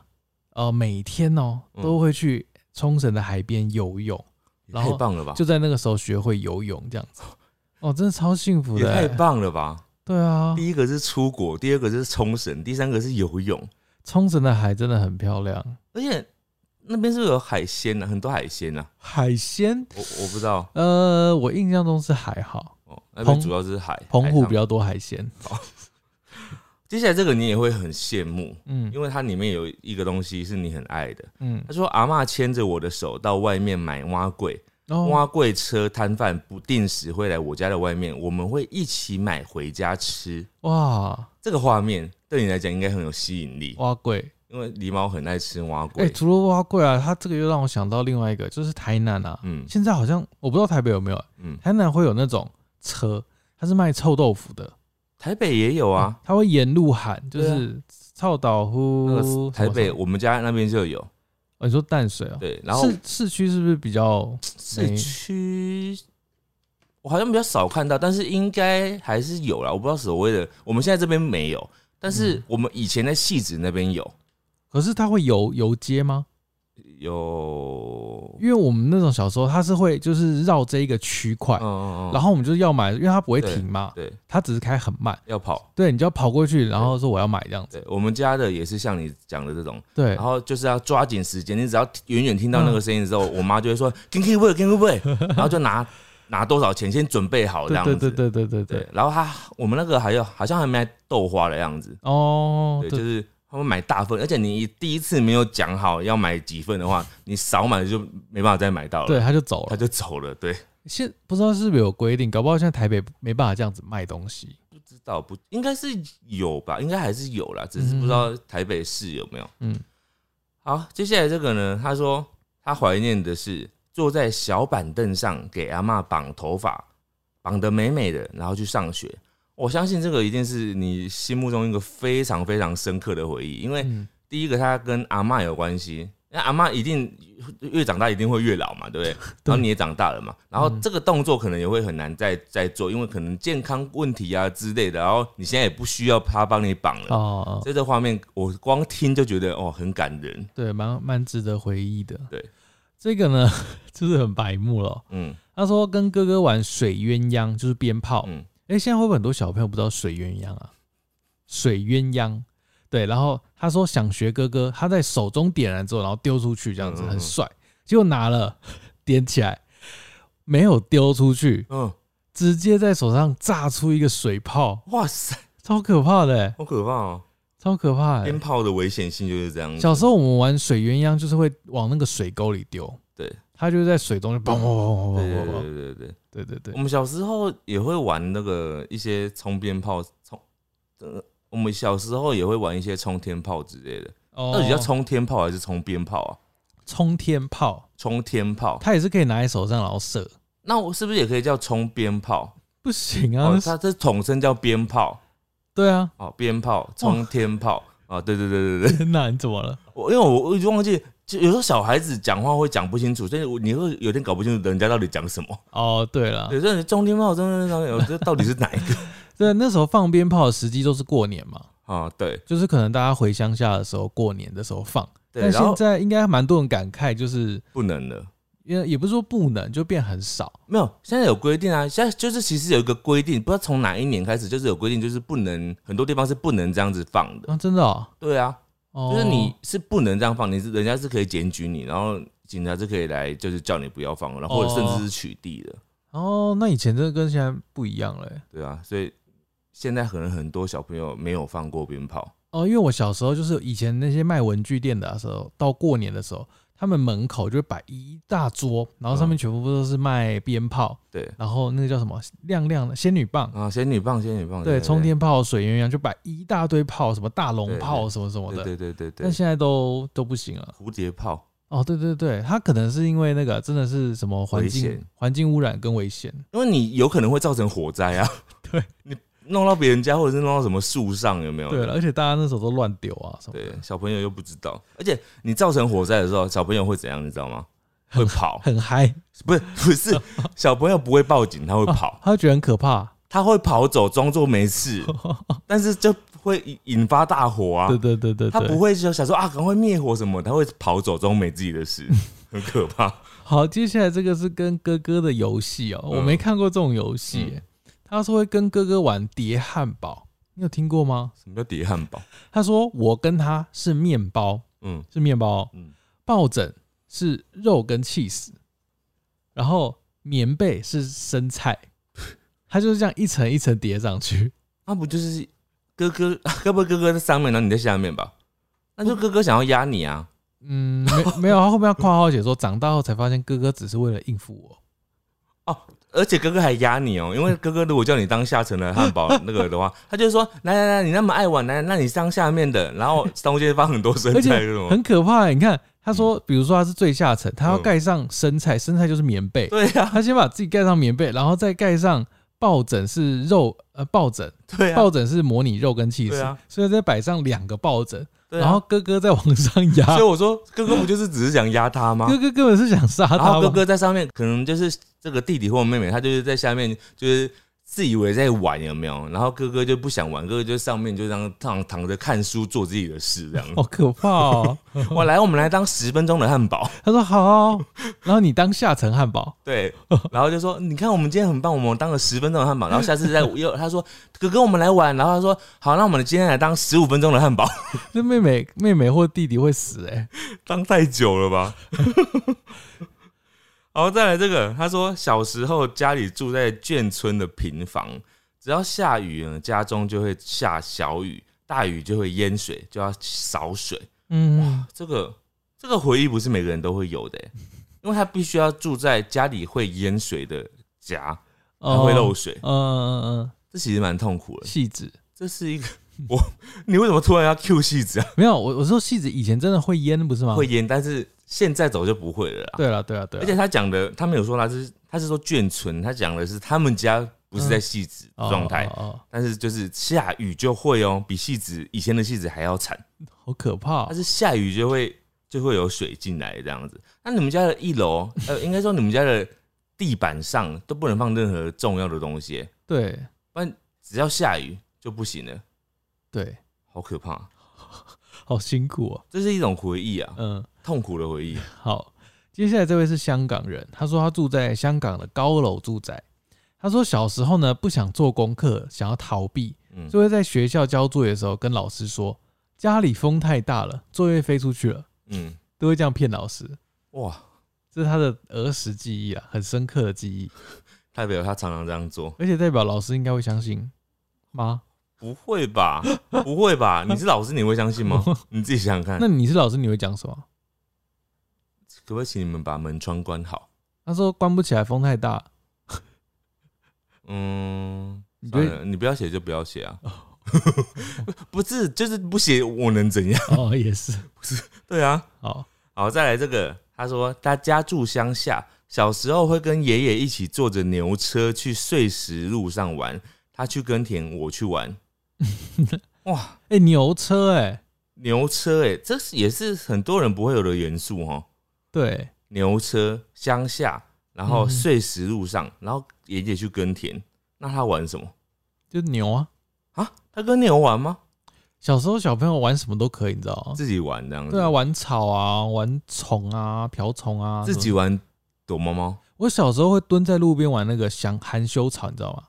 A: 呃，每天哦
B: 嗯
A: 都会去冲绳的海边游泳，
B: 也
A: 然后
B: 太棒了吧！
A: 就在那个时候学会游泳，这样 子。哦，真的超幸福
B: 也
A: 的、
B: 太
A: 欸，
B: 棒了吧！
A: 对啊，
B: 第一个是出国，第二个是冲绳，第三个是游泳，
A: 冲绳的海真的很漂亮，
B: 而且那边是不是有海鲜呢、啊，很多海鲜呢、啊。
A: 海鲜，
B: 我我不知道
A: 呃，我印象中是还好，
B: 哦，那边
A: 澎
B: 主要是海，
A: 澎湖
B: 海
A: 比
B: 上。
A: 较多海鲜，
B: 接下来这个你也会很羡慕，
A: 嗯
B: 因为它里面有一个东西是你很爱的。
A: 嗯，
B: 他说：“阿嬷牵着我的手到外面买蛙柜，
A: 然后
B: 蛙柜车摊贩不定时会来我家的外面，我们会一起买回家吃。
A: 哇
B: 这个画面对你来讲应该很有吸引力。
A: 蛙贵，
B: 因为狸猫很爱吃蛙
A: 哦哎、
B: 龟。
A: 除了蛙贵啊，它这个又让我想到另外一个，就是台南啊，
B: 嗯
A: 现在好像我不知道台北有没有，
B: 嗯，
A: 台南会有那种车，它是卖臭豆腐的，
B: 台北也有啊，
A: 它会沿路喊，就
B: 对啊
A: 是臭豆
B: 那个
A: 腐
B: 是。台
A: 嗯什
B: 北
A: 么什么
B: 我们家那边就有。
A: 哦你说淡水哦，
B: 对，然后
A: 市市区是不是比较
B: 市区我好像比较少看到，但是应该还是有啦。我不知道所谓的我们现在这边没有，但是
A: 嗯
B: 我们以前在戏子那边有
A: 可是它会游游街吗？
B: 有，
A: 因为我们那种小时候，它是会就是绕这一个区块，
B: 嗯嗯嗯，
A: 然
B: 后
A: 后我们就是要买，因为它不会
B: 对
A: 停嘛，
B: 对
A: 它只是开很慢，
B: 要跑，
A: 对，你就要跑过去，然后说我要买这样子，
B: 对我们家的也是像你讲的这种，
A: 对嗯
B: 然，后就是要抓紧时间，你只要远远听到那个声音之后，我妈就会说“跟 k 喂，跟 k 喂”，然后就拿拿多少钱先准备哦好这
A: 对
B: 样
A: 对
B: 子，
A: 对对对对
B: 对
A: 对，
B: 然后她我们那个还有好像还卖豆花的样子，
A: 哦，
B: 对，就
A: 对
B: 是他们买大份，而且你第一次没有讲好要买几份的话，你少买就没办法再买到了，
A: 对，他就走
B: 他
A: 了。
B: 就走了。对，
A: 现不知道是不是有规定，搞不好现在台北没办法这样子卖东西。
B: 不知道不应该是有吧，应该还是有啦，只是不知道台北市有没有。
A: 嗯，
B: 好，接下来这个呢，他说他怀念的是坐在小板凳上给阿嬷绑头发，绑得美美的，然后去上学。我相信这个一定是你心目中一个非常非常深刻的回忆，因为
A: 嗯，
B: 第一个，它跟阿嬷有关系，那阿嬷一定越长大一定会越老嘛，对不 对？嗯然后你也长大了嘛，然后这个动作可能也会很难再再做，因为可能健康问题啊之类的，然后你现在也不需要他帮你绑了。
A: 哦，
B: 所以这画面我光听就觉得哦很感人，
A: 对，蛮蛮值得回忆的。
B: 对，
A: 这个呢，就是很白目了。哦
B: 嗯
A: 他说跟哥哥玩水鸳鸯，就是鞭炮。哎、
B: 嗯，
A: 现在会不会很多小朋友不知道水鸳鸯啊？水鸳�鸯，对。然后他说想学哥哥，他在手中点燃之后，然后丢出去，这样子
B: 嗯嗯嗯
A: 很帅。结果拿了，点起来，没有丢出去，
B: 嗯，
A: 直接在手上炸出一个水泡，
B: 哇塞，
A: 超可怕的、欸，
B: 好可怕哦！
A: 超可怕的、
B: 鞭
A: 欸。
B: 炮的危险性就是这样子。
A: 小时候我们玩水鸳鸯，就是会往那个水沟里丢，
B: 对，
A: 它就是在水中就砰砰砰砰
B: 对对
A: 砰砰砰，
B: 对对对对，
A: 对对对
B: 我，们小时候也会玩那个一些冲鞭炮，冲，呃，我们小时候也会玩一些冲天炮之类的。
A: 哦
B: 到底叫冲天炮还是冲鞭炮啊？
A: 冲天炮，
B: 冲天炮，
A: 它也是可以拿在手上然后射，
B: 那我是不是也可以叫冲鞭炮？
A: 不行啊
B: 哦，，它这统称叫鞭炮
A: 对啊，
B: 哦，鞭炮、冲天炮啊，对对对对对，
A: 天哪，你怎么了？
B: 我因为我我已经忘记，就有时候小孩子讲话会讲不清楚，所以我你会有点搞不清楚人家到底讲什么。
A: 哦，对了
B: 有，时候冲天炮、冲天炮，我这到底是哪一个
A: 对，那时候放鞭炮的时机都是过年嘛，
B: 啊？对
A: 就是可能大家回乡下的时候，过年的时候放。
B: 对，
A: 但
B: 然后
A: 现在应该蛮多人感慨，就是
B: 不能了。
A: 也也不是说不能，就变很少。
B: 没有，现在有规定啊，现在就是其实有一个规定，不知道从哪一年开始，就是有规定，就是不能很多地方是不能这样子放的。
A: 啊，真的哦，
B: 对啊，
A: 哦
B: 就是你是不能这样放，你是人家是可以检举你，然后警察是可以来就是叫你不要放，然后或者甚至是取缔的，
A: 哦，那以前真的跟现在不一样了欸。
B: 对啊，所以现在可能很多小朋友没有放过鞭炮，
A: 哦，因为我小时候就是以前那些卖文具店的时候，到过年的时候，他们门口就会摆一大桌，然后上
B: 嗯
A: 面全部都是卖鞭炮，
B: 对
A: 然后那个叫什么亮亮的仙女棒，
B: 啊，仙女棒，仙女棒，
A: 对，冲，天炮、水鸳鸯，就摆一大堆炮，什么大龙
B: 对
A: 炮
B: 对
A: 什么什么
B: 对
A: 的。
B: 对对对对
A: 但，现在都都不行了。
B: 蝴蝶炮，
A: 哦，对对对，它可能是因为那个真的是什么环
B: 危
A: 境
B: 险
A: 环境污染跟危险。
B: 因为你有可能会造成火灾啊，
A: 对
B: 你弄到别人家或者是弄到什么树上，有没有？
A: 对了，而且大家那时候都乱丢啊什么
B: 对
A: 的，，
B: 小朋友又不知道，而且你造成火灾的时候，小朋友会怎样，你知道吗？会跑，
A: 很嗨，
B: 不是不是，小朋友不会报警，他会跑。
A: 他会觉得很可怕。
B: 他会跑走，装作 没事，但是就会引引发大火啊
A: 对。对对对对，
B: 他不会就想说啊，赶快灭火什么，他会跑走，装没自己 的事，很可怕。
A: 好，接下来这个是跟哥哥的游戏哦，我
B: 嗯
A: 没看过这种游戏耶、他说会跟哥哥玩叠汉堡，你有听过吗？
B: 什么叫叠汉堡？
A: 他说我跟他是面包，
B: 嗯，
A: 是面包哦，
B: 嗯
A: 抱枕是肉跟 cheese，然后棉被是生菜，他就是这样一层一层叠上去。
B: 那啊不就是哥哥？ 该不会哥哥在上面，然后你在下面吧？那就哥哥想要压你啊！
A: 嗯，没没有，他后面要括号写说长大后才发现哥哥只是为了应付我。
B: 哦，而且哥哥还压你哦、因为哥哥如果叫你当下层的汉堡那个的话， 他就说来来来，你那么爱玩，来，那你当下面的，然后中间放很多生
A: 而
B: 菜，
A: 且
B: 是吗？
A: 很可怕、欸。你看，他说，比如说他是最下层，他要
B: 嗯
A: 盖上生菜，生菜就是棉被，
B: 对啊呀、
A: 他先把自己盖上棉被，然后再盖上抱枕是肉，呃，抱枕，
B: 对啊呀、
A: 抱枕是模拟肉跟气
B: 对
A: 势
B: 啊，
A: 所以再摆上两个抱枕，
B: 对啊
A: 然后哥哥再往上压
B: 所以，我说哥哥不就是只是想压他吗？
A: 哥哥根本是想杀他
B: 然后
A: 吧。
B: 哥哥在上面，可能就是这个弟弟或妹妹，他就是在下面，就是自以为在玩，有没有？然后哥哥就不想玩，哥哥就上面就这样躺躺着看书，做自己的事，这样。
A: 好可怕哦！
B: 我来，我们来当十分钟的汉堡，
A: 他说好，然后你当下层汉堡，
B: 对，然后就说你看我们今天很棒，我们当了十分钟的汉堡，然后下次再又他说哥哥我们来玩，然后他说好，那我们今天来当十五分钟的汉堡，
A: 那妹妹妹妹或弟弟会死哎、
B: 当太久了吧？ 然后再来这个，他说小时候家里住在眷村的平房，只要下雨呢，家中就会下小雨，大雨就会淹水，就要扫水。
A: 嗯，
B: 这个这个回忆不是每个人都会有的欸、因为他必须要住在家里会淹水的家，他会漏
A: 哦，
B: 水，
A: 嗯嗯嗯
B: 这其实蛮痛苦
A: 嗯，
B: 的。
A: 戏子
B: 这是一个 我，你为什么突然要 Q 戏子啊？
A: 没有我我说戏子以前真的会淹不是吗？
B: 会淹，但是现在早就不会了啦。
A: 对了对了对啊
B: 而
A: 了，
B: 且他讲的，他没有说他是他是说眷村，他讲的是他们家不是在戏子
A: 哦
B: 状态，
A: 哦哦
B: 但是就是下雨就会哦，比戏子以前的戏子还要惨，
A: 好可怕
B: 它
A: 哦，
B: 是下雨就会就会有水进来这样子。那你们家的一楼，呃，应该说你们家的地板上都不能放任何重要的东西，
A: 对
B: 只要下雨就不行了，
A: 对，
B: 好可怕！
A: 好辛苦哦，
B: 这是一种回忆啊，
A: 嗯，
B: 痛苦的回忆。
A: 好，接下来这位是香港人，他说他住在香港的高楼住宅。他说小时候呢不想做功课，想要逃避，
B: 嗯，
A: 就会在学校交作业的时候跟老师说家里风太大了，作业飞出去了，
B: 嗯，
A: 都会这样骗老师。
B: 哇，
A: 这是他的儿时记忆啊，很深刻的记忆，
B: 代表他常常这样做。
A: 而且代表老师应该会相信吗？
B: 不 会吧？不会吧？你是老师，你会相信吗？你自己想想看。
A: 那
B: 可
A: 你是老师，你会讲什么？
B: 不可以请你们把门窗关好？
A: 他说关不起来，风太大。
B: 嗯，
A: 你觉
B: 算
A: 得？哦
B: 了，你不要写就不要写啊。 不是，就是不写，我能怎样？
A: 哦，也是。
B: 对啊。
A: 好，
B: 好，再来这个。他说他家住乡下，小时候会跟爷爷一起坐着牛车去碎石路上玩，他去耕田，我去玩。哇，
A: 哎、牛车、哎，
B: 牛车哎、这是也是很多人不会有的元素哦。
A: 对，
B: 牛车乡下，然后
A: 嗯
B: 碎石路上，然后爷爷去耕田。那他玩什么
A: 就牛啊。
B: 啊？他跟牛玩吗？
A: 小时候小朋友玩什么都可以，你知道吗？
B: 自己玩这样子？
A: 哦对啊，，玩草啊，玩虫啊，瓢虫啊。
B: 自己
A: 什么
B: 玩躲猫猫。
A: 我小时候会蹲在路边玩那个香含羞草，你知道吗？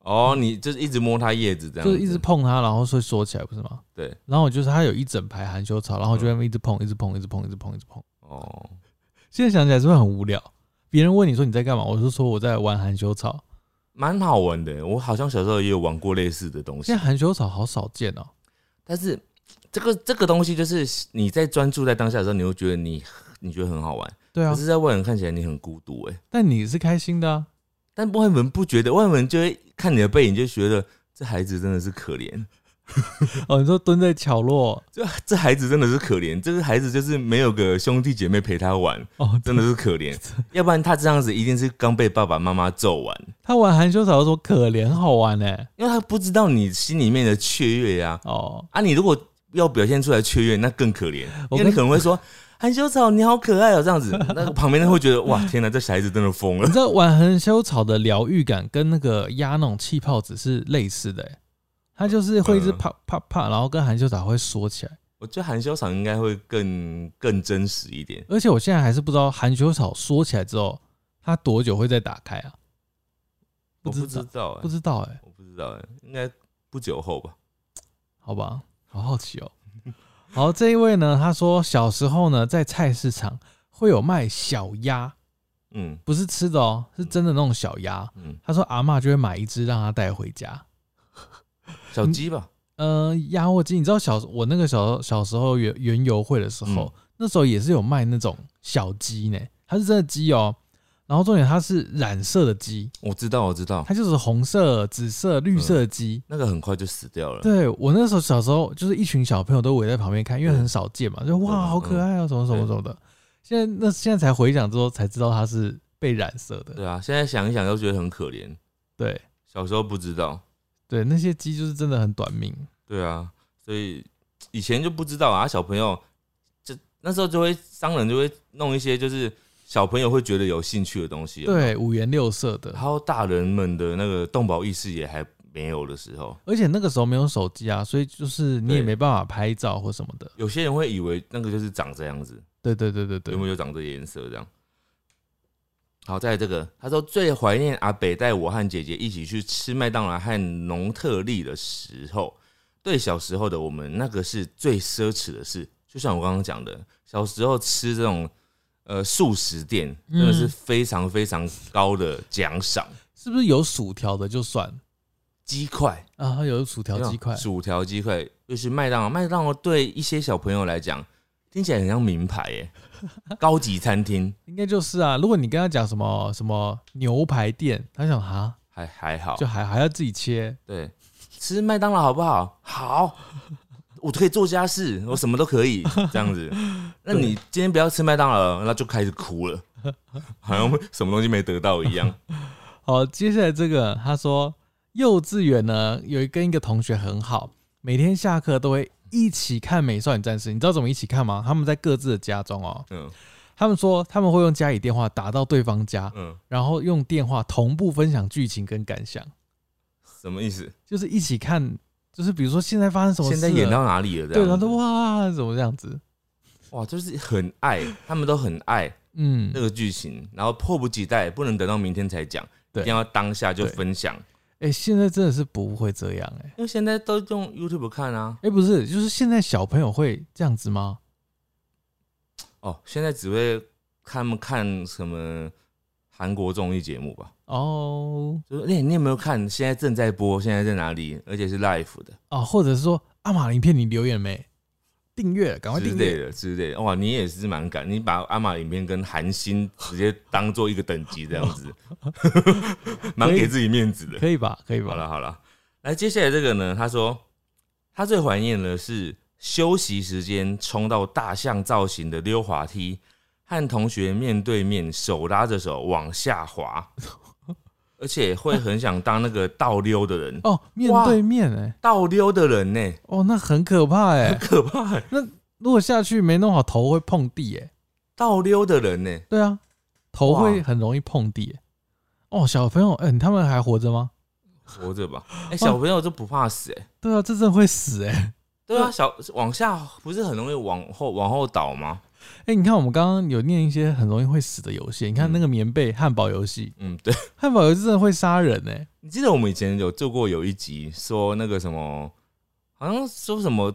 B: 哦，你就是一直摸它叶子这
A: 嗯
B: 样
A: 就
B: 子，
A: 是一直碰它，然后会缩起来，不是吗？
B: 对。
A: 然后我就是它有一整排含羞草，然后我就在那边一直碰，一直碰，一直碰，一直碰，一直碰。
B: 哦，
A: 现在想起来是不是很无聊？别人问你说你在干嘛，我就说我在玩含羞
B: 哦
A: 草。
B: 蛮好玩的。我好像小时候也有玩过类似的东西
A: 现在，含羞草好少见哦、
B: 但是这个这个东西就是你在专注在当下的时候，你会觉得你你觉得很好玩，
A: 对啊
B: 可，是，在外人看起来你很孤独哎。
A: 但你是开心的啊。
B: 但外人不觉得，外人就会看你的背影，就觉得这孩子真的是可怜。
A: 哦，你说蹲在角落，
B: 这这孩子真的是可怜，这个孩子就是没有个兄弟姐妹陪他玩，
A: 哦，
B: 真的是可怜。要不然他这样子一定是刚被爸爸妈妈揍完，
A: 他玩含羞草的时候可怜，好玩哎、
B: 因为他不知道你心里面的雀跃呀、
A: 哦，
B: 啊。你如果要表现出来雀跃，那更可怜，
A: 我
B: 因为
A: 跟
B: 你可能会说含羞草你好可爱哦、这样子， 那个旁边人会觉得哇天哪，这小孩子真的疯
A: 你
B: 了。
A: 知道玩含羞草的疗愈感跟那个压那种气泡纸是类似的、欸，它就是会一直
B: 嗯
A: 啪啪啪，然后跟含羞草会缩起来。
B: 我觉得含羞草应该会更更真实一点，
A: 而且我现在还是不知道含羞草缩起来之后，它多久会再打开啊？
B: 我
A: 不
B: 不
A: 知
B: 知
A: 道，
B: 道、欸，
A: 不知道哎、
B: 我不知道、欸，应该不久后吧。
A: 好吧，好好奇哦。 好，这一位呢，他说小时候呢，在菜市场会有卖小鸭，
B: 嗯
A: 不是吃的哦，是真的那种小鸭。
B: 嗯，
A: 他说阿嬷就会买一只让他带回家。
B: 小鸡吧，
A: 呃，鸭或鸡，你知道小我那个小小时候园园游会的时候，
B: 嗯
A: 那时候也是有卖那种小鸡呢，它是真的鸡哦。然后重点它是染色的鸡，
B: 我知道，我知道，
A: 它就是红色、紫色、绿色
B: 嗯
A: 的鸡。
B: 那个很快就死掉了。
A: 对我那时候小时候，就是一群小朋友都围在旁边看，因为很少见嘛，就哇
B: 嗯
A: 好可爱啊，什么什么什么的。现在那现在才回想之后才知道它是被染色的。
B: 对啊，现在想一想都觉得很可怜。
A: 对
B: 小时候不知道，
A: 对，那些鸡就是真的很短命。
B: 对啊，所以以前就不知道啊，小朋友就那时候就会商人就会弄一些就是小朋友会觉得有兴趣的东西，，啊
A: 对，五颜六色的
B: 然。后大人们的那个动保意识也还没有的时候，
A: 而且那个时候没有手机啊，所以就是你也
B: 对
A: 没办法拍照或什么的。
B: 有些人会以为那个就是长这样子，
A: 对对对对
B: 有
A: 对，
B: 没有长这个颜色这样。好，再来这个，他说最怀念阿北带我和姐姐一起去吃麦当劳和农特利的时候。对小时候的我们，那个是最奢侈的事。就像我刚刚讲的，小时候吃这种呃素食店，真的是
A: 嗯
B: 非常非常高的奖赏。
A: 是不是有薯条的就算
B: 鸡块，
A: 啊？有薯条鸡块，
B: 薯条鸡块，又是麦当劳。麦当劳对一些小朋友来讲，听起来很像名牌耶，高级餐厅。
A: 应该就是啊。如果你跟他讲什么什么牛排店，他想哈，
B: 还还好，
A: 就还还要自己切。
B: 对，吃麦当劳好不好？好，我可以做家 事，我什么都可以这样子。那你今天不要吃麦当劳了，那就开始哭了，好像什么东西没得到一样。
A: 好，接下来这个他说，幼稚园呢有一跟一个同学很好，每天下课都会一起看《美少女战士》，你知道怎么一起看吗？他们在各自的家中哦，
B: 嗯
A: 他们说他们会用家里电话打到对方家，
B: 嗯，
A: 然后用电话同步分享剧情跟感想，
B: 什么意思？
A: 就是一起看，就是比如说现在发生什么事
B: 现
A: 了，
B: 在演到哪里了？这
A: 对，
B: 样
A: 他
B: 子
A: 说哇，怎么这样子？
B: 哇，就是很爱，他们都很爱
A: 嗯
B: 那，个剧情，然后迫不及待，不能等到明天才讲，一
A: 对
B: 定要当下就
A: 对
B: 分享。
A: 哎、现在真的是不会这样哎、诶
B: 因为现在都用 YouTube 看啊，
A: 哎、不是，就是现在小朋友会这样子吗？
B: 哦，现在只会看看什么韩国综艺节目吧。
A: 哦
B: 就是你、欸、你有没有看现在正在播，现在在哪里，而且是 live 的
A: 哦，或者是说阿玛影片你留言没？订阅，赶快
B: 之
A: 订
B: 类
A: 阅。
B: 的之类的。哇，你也是蛮敢，你把阿玛影片跟韩星直接当做一个等级这样子， 蛮给自己面子的。
A: 可以吧？可以
B: 好
A: 吧？
B: 了好了，来接下来这个呢，他说他最怀念的是休息时间冲到大象造型的溜滑梯，和同学面对面手拉着手往下滑，而且会很想当那个倒溜的人。
A: 哦，面
B: 哇
A: 对面哎、
B: 倒溜的人呢、
A: 哦，那很可怕哎、
B: 很可怕欸、
A: 如果下去没弄好，头会碰地哎、
B: 倒溜的人呢、
A: 对啊，头
B: 哇
A: 会很容易碰地耶。哦，小朋友，哎、他们还活着吗？
B: 活着吧。哎、小朋友就不怕死哎、
A: 对啊，这真的会死哎、
B: 对啊，小往下不是很容易往后往后倒吗？
A: 哎、你看我们刚刚有念一些很容易会死的游戏，你看
B: 嗯
A: 那个棉被汉堡游戏，
B: 嗯，对。
A: 汉堡游戏真的会杀人哎、
B: 你记得我们以前有做过有一集说那个什么，好像说什么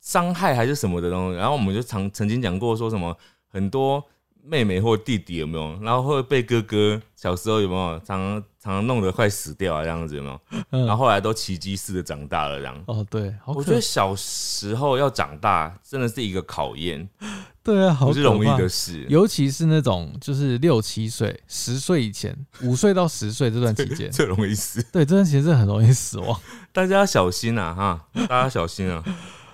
B: 伤害还是什么的东西，然后我们就常曾经讲过说什么很多妹妹或弟弟有没有，然后会被哥哥小时候有没有常常常常弄得快死掉啊这样子有没有，
A: 嗯，
B: 然后后来都奇迹似的长大了这样。
A: 哦对，好
B: 我
A: 可
B: 觉得小时候要长大真的是一个考验，
A: 对啊，好
B: 不是容易
A: 可
B: 的
A: 怕。
B: 事。
A: 尤其是那种就是六七岁、十岁以前、五岁到十岁这段期间，
B: 最容易死，
A: 对这段期间真的很容易死亡。
B: 大家要小心啊哈！大家小 心啊！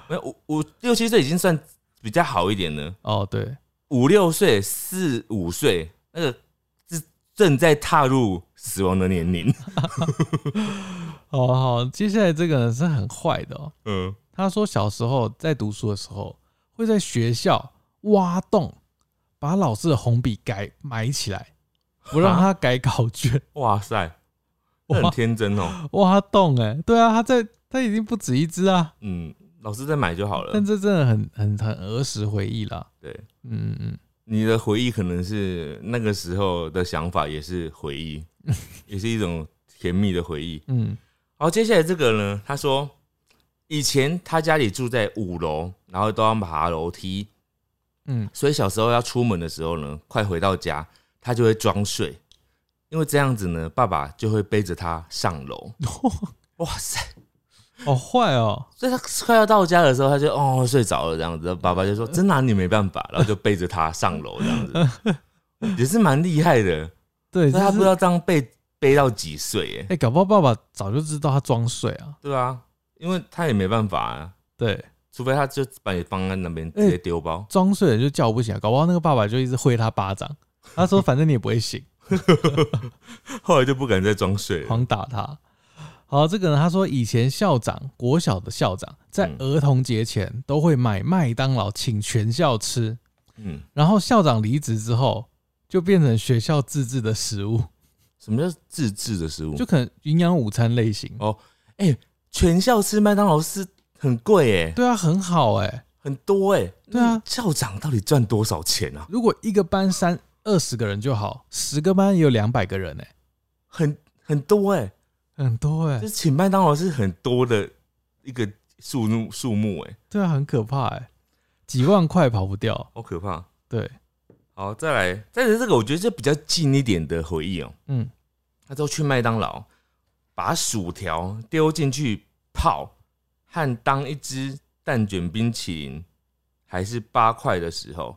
B: 没有，我我六七岁已经算比较好一点了，
A: 哦，对，
B: 五六岁、四五岁那个是正在踏入死亡的 年龄。
A: 好哦好，接下来这个呢是很坏的哦。
B: 嗯，
A: 他说小时候在读书的时候，会在学校挖洞，把老师的红笔改埋起来，不
B: 啊
A: 让他改考卷。
B: 哇塞，那很
A: 挖
B: 天真哦。
A: 挖洞哎、对啊，他在他已经不止一只啊，
B: 嗯，老师再买就好了
A: 但。这真的很很很儿时回忆啦。
B: 对，
A: 嗯嗯
B: 你的回忆可能是那个时候的想法，也是回忆，也是一种甜蜜的回忆。
A: 嗯，
B: 好，接下来这个呢，他说以前他家里住在五楼，然后都要爬楼梯，
A: 嗯
B: 所以小时候要出门的时候呢，快回到家，他就会装睡，因为这样子呢，爸爸就会背着他上楼。哇塞！
A: 好坏哦，
B: 所以他快要到家的时候，他就哦睡着了这样子，爸爸就说 真拿你没办法，然后就背着他上楼这样子，也是蛮厉害的。
A: 对，
B: 所以他
A: 就是
B: 不知道这样背背到几岁，
A: 哎、
B: 哎，
A: 搞不好爸爸早就知道他装睡啊。
B: 对啊，因为他也没办法啊，
A: 对，
B: 除非他就把你放在那边
A: 哎
B: 直接丢包，
A: 装睡了就叫不醒啊，搞不好那个爸爸就一直挥他巴掌。他说：“反正你也不会 醒，
B: 后来就不敢再装睡了。
A: 狂打他。”好，这个呢，他说以前校长，国小的校长在
B: 嗯
A: 儿童节前都会买麦当劳请全校吃，
B: 嗯，
A: 然后校长离职之后就变成学校自制的食物，
B: 什么叫自制的食物？
A: 就可能营养午餐类型。
B: 哦全校吃麦当劳是很贵哎，
A: 对啊，很好哎、
B: 很多哎、
A: 对啊
B: 那校长到底赚多少钱啊？
A: 如果一个班三二十个人就好，十个班也有两百个人哎、
B: 很很多哎、
A: 很多哎、
B: 就是请麦当劳是很多的一个数目数目哎、
A: 对啊，很可怕哎、几万块跑不掉。
B: 好可怕。
A: 对，
B: 好，再来，再来这个，我觉得这比较近一点的回忆哦、
A: 嗯，
B: 他之后去麦当劳，把薯条丢进去泡，和当一只蛋卷冰淇淋还是八块的时候，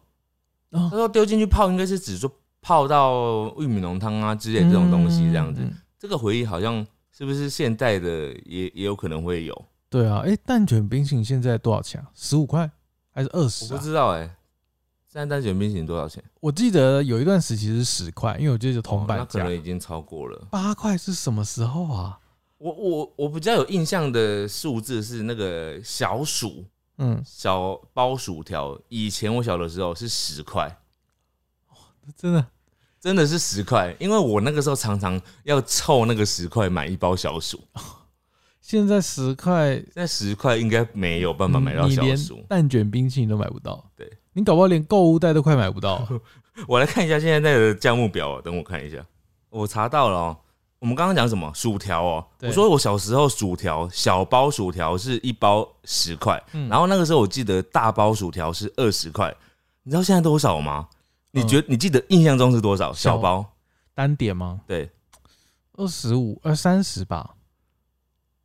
A: 哦
B: 他说丢进去泡应该是指说泡到玉米浓汤啊之类这种东西这样子。
A: 嗯嗯嗯
B: 这个回忆好像是不是现代的也也有可能会有？
A: 对啊，哎、蛋卷冰淇淋现在多少钱啊？十五块还是二
B: 我
A: 十
B: 不
A: 啊？
B: 知道哎、现在蛋卷冰淇淋多少钱？
A: 我记得有一段时期是十块，因为我记得有铜
B: 哦那
A: 板
B: 可
A: 价
B: 能。已经超过了。
A: 八块是什么时候啊？
B: 我我我比较有印象的数字是那个小鼠
A: 嗯，
B: 小包薯条，以前我小的时候是十块，
A: 真的
B: 真的是十块，因为我那个时候常常要凑那个十块买一包小薯，
A: 现在十块
B: 现在十块应该没有办法买到
A: 你
B: 小
A: 连
B: 薯。
A: 蛋卷冰淇淋都买不到。
B: 对，
A: 你搞不好连购物袋都快买不 到。
B: 我来看一下现在的价目表、哦，等我看一下，我查到了、哦。我们刚刚讲什么？薯条哦，
A: 对
B: 我说我小时候薯条小包薯条是一包十块，
A: 嗯
B: 然后那个时候我记得大包薯条是二十块，你知道现在多少吗？你觉得你记得印象中是多少？
A: 嗯小
B: 小包
A: 单点吗？
B: 对，
A: 二十五、二三十吧，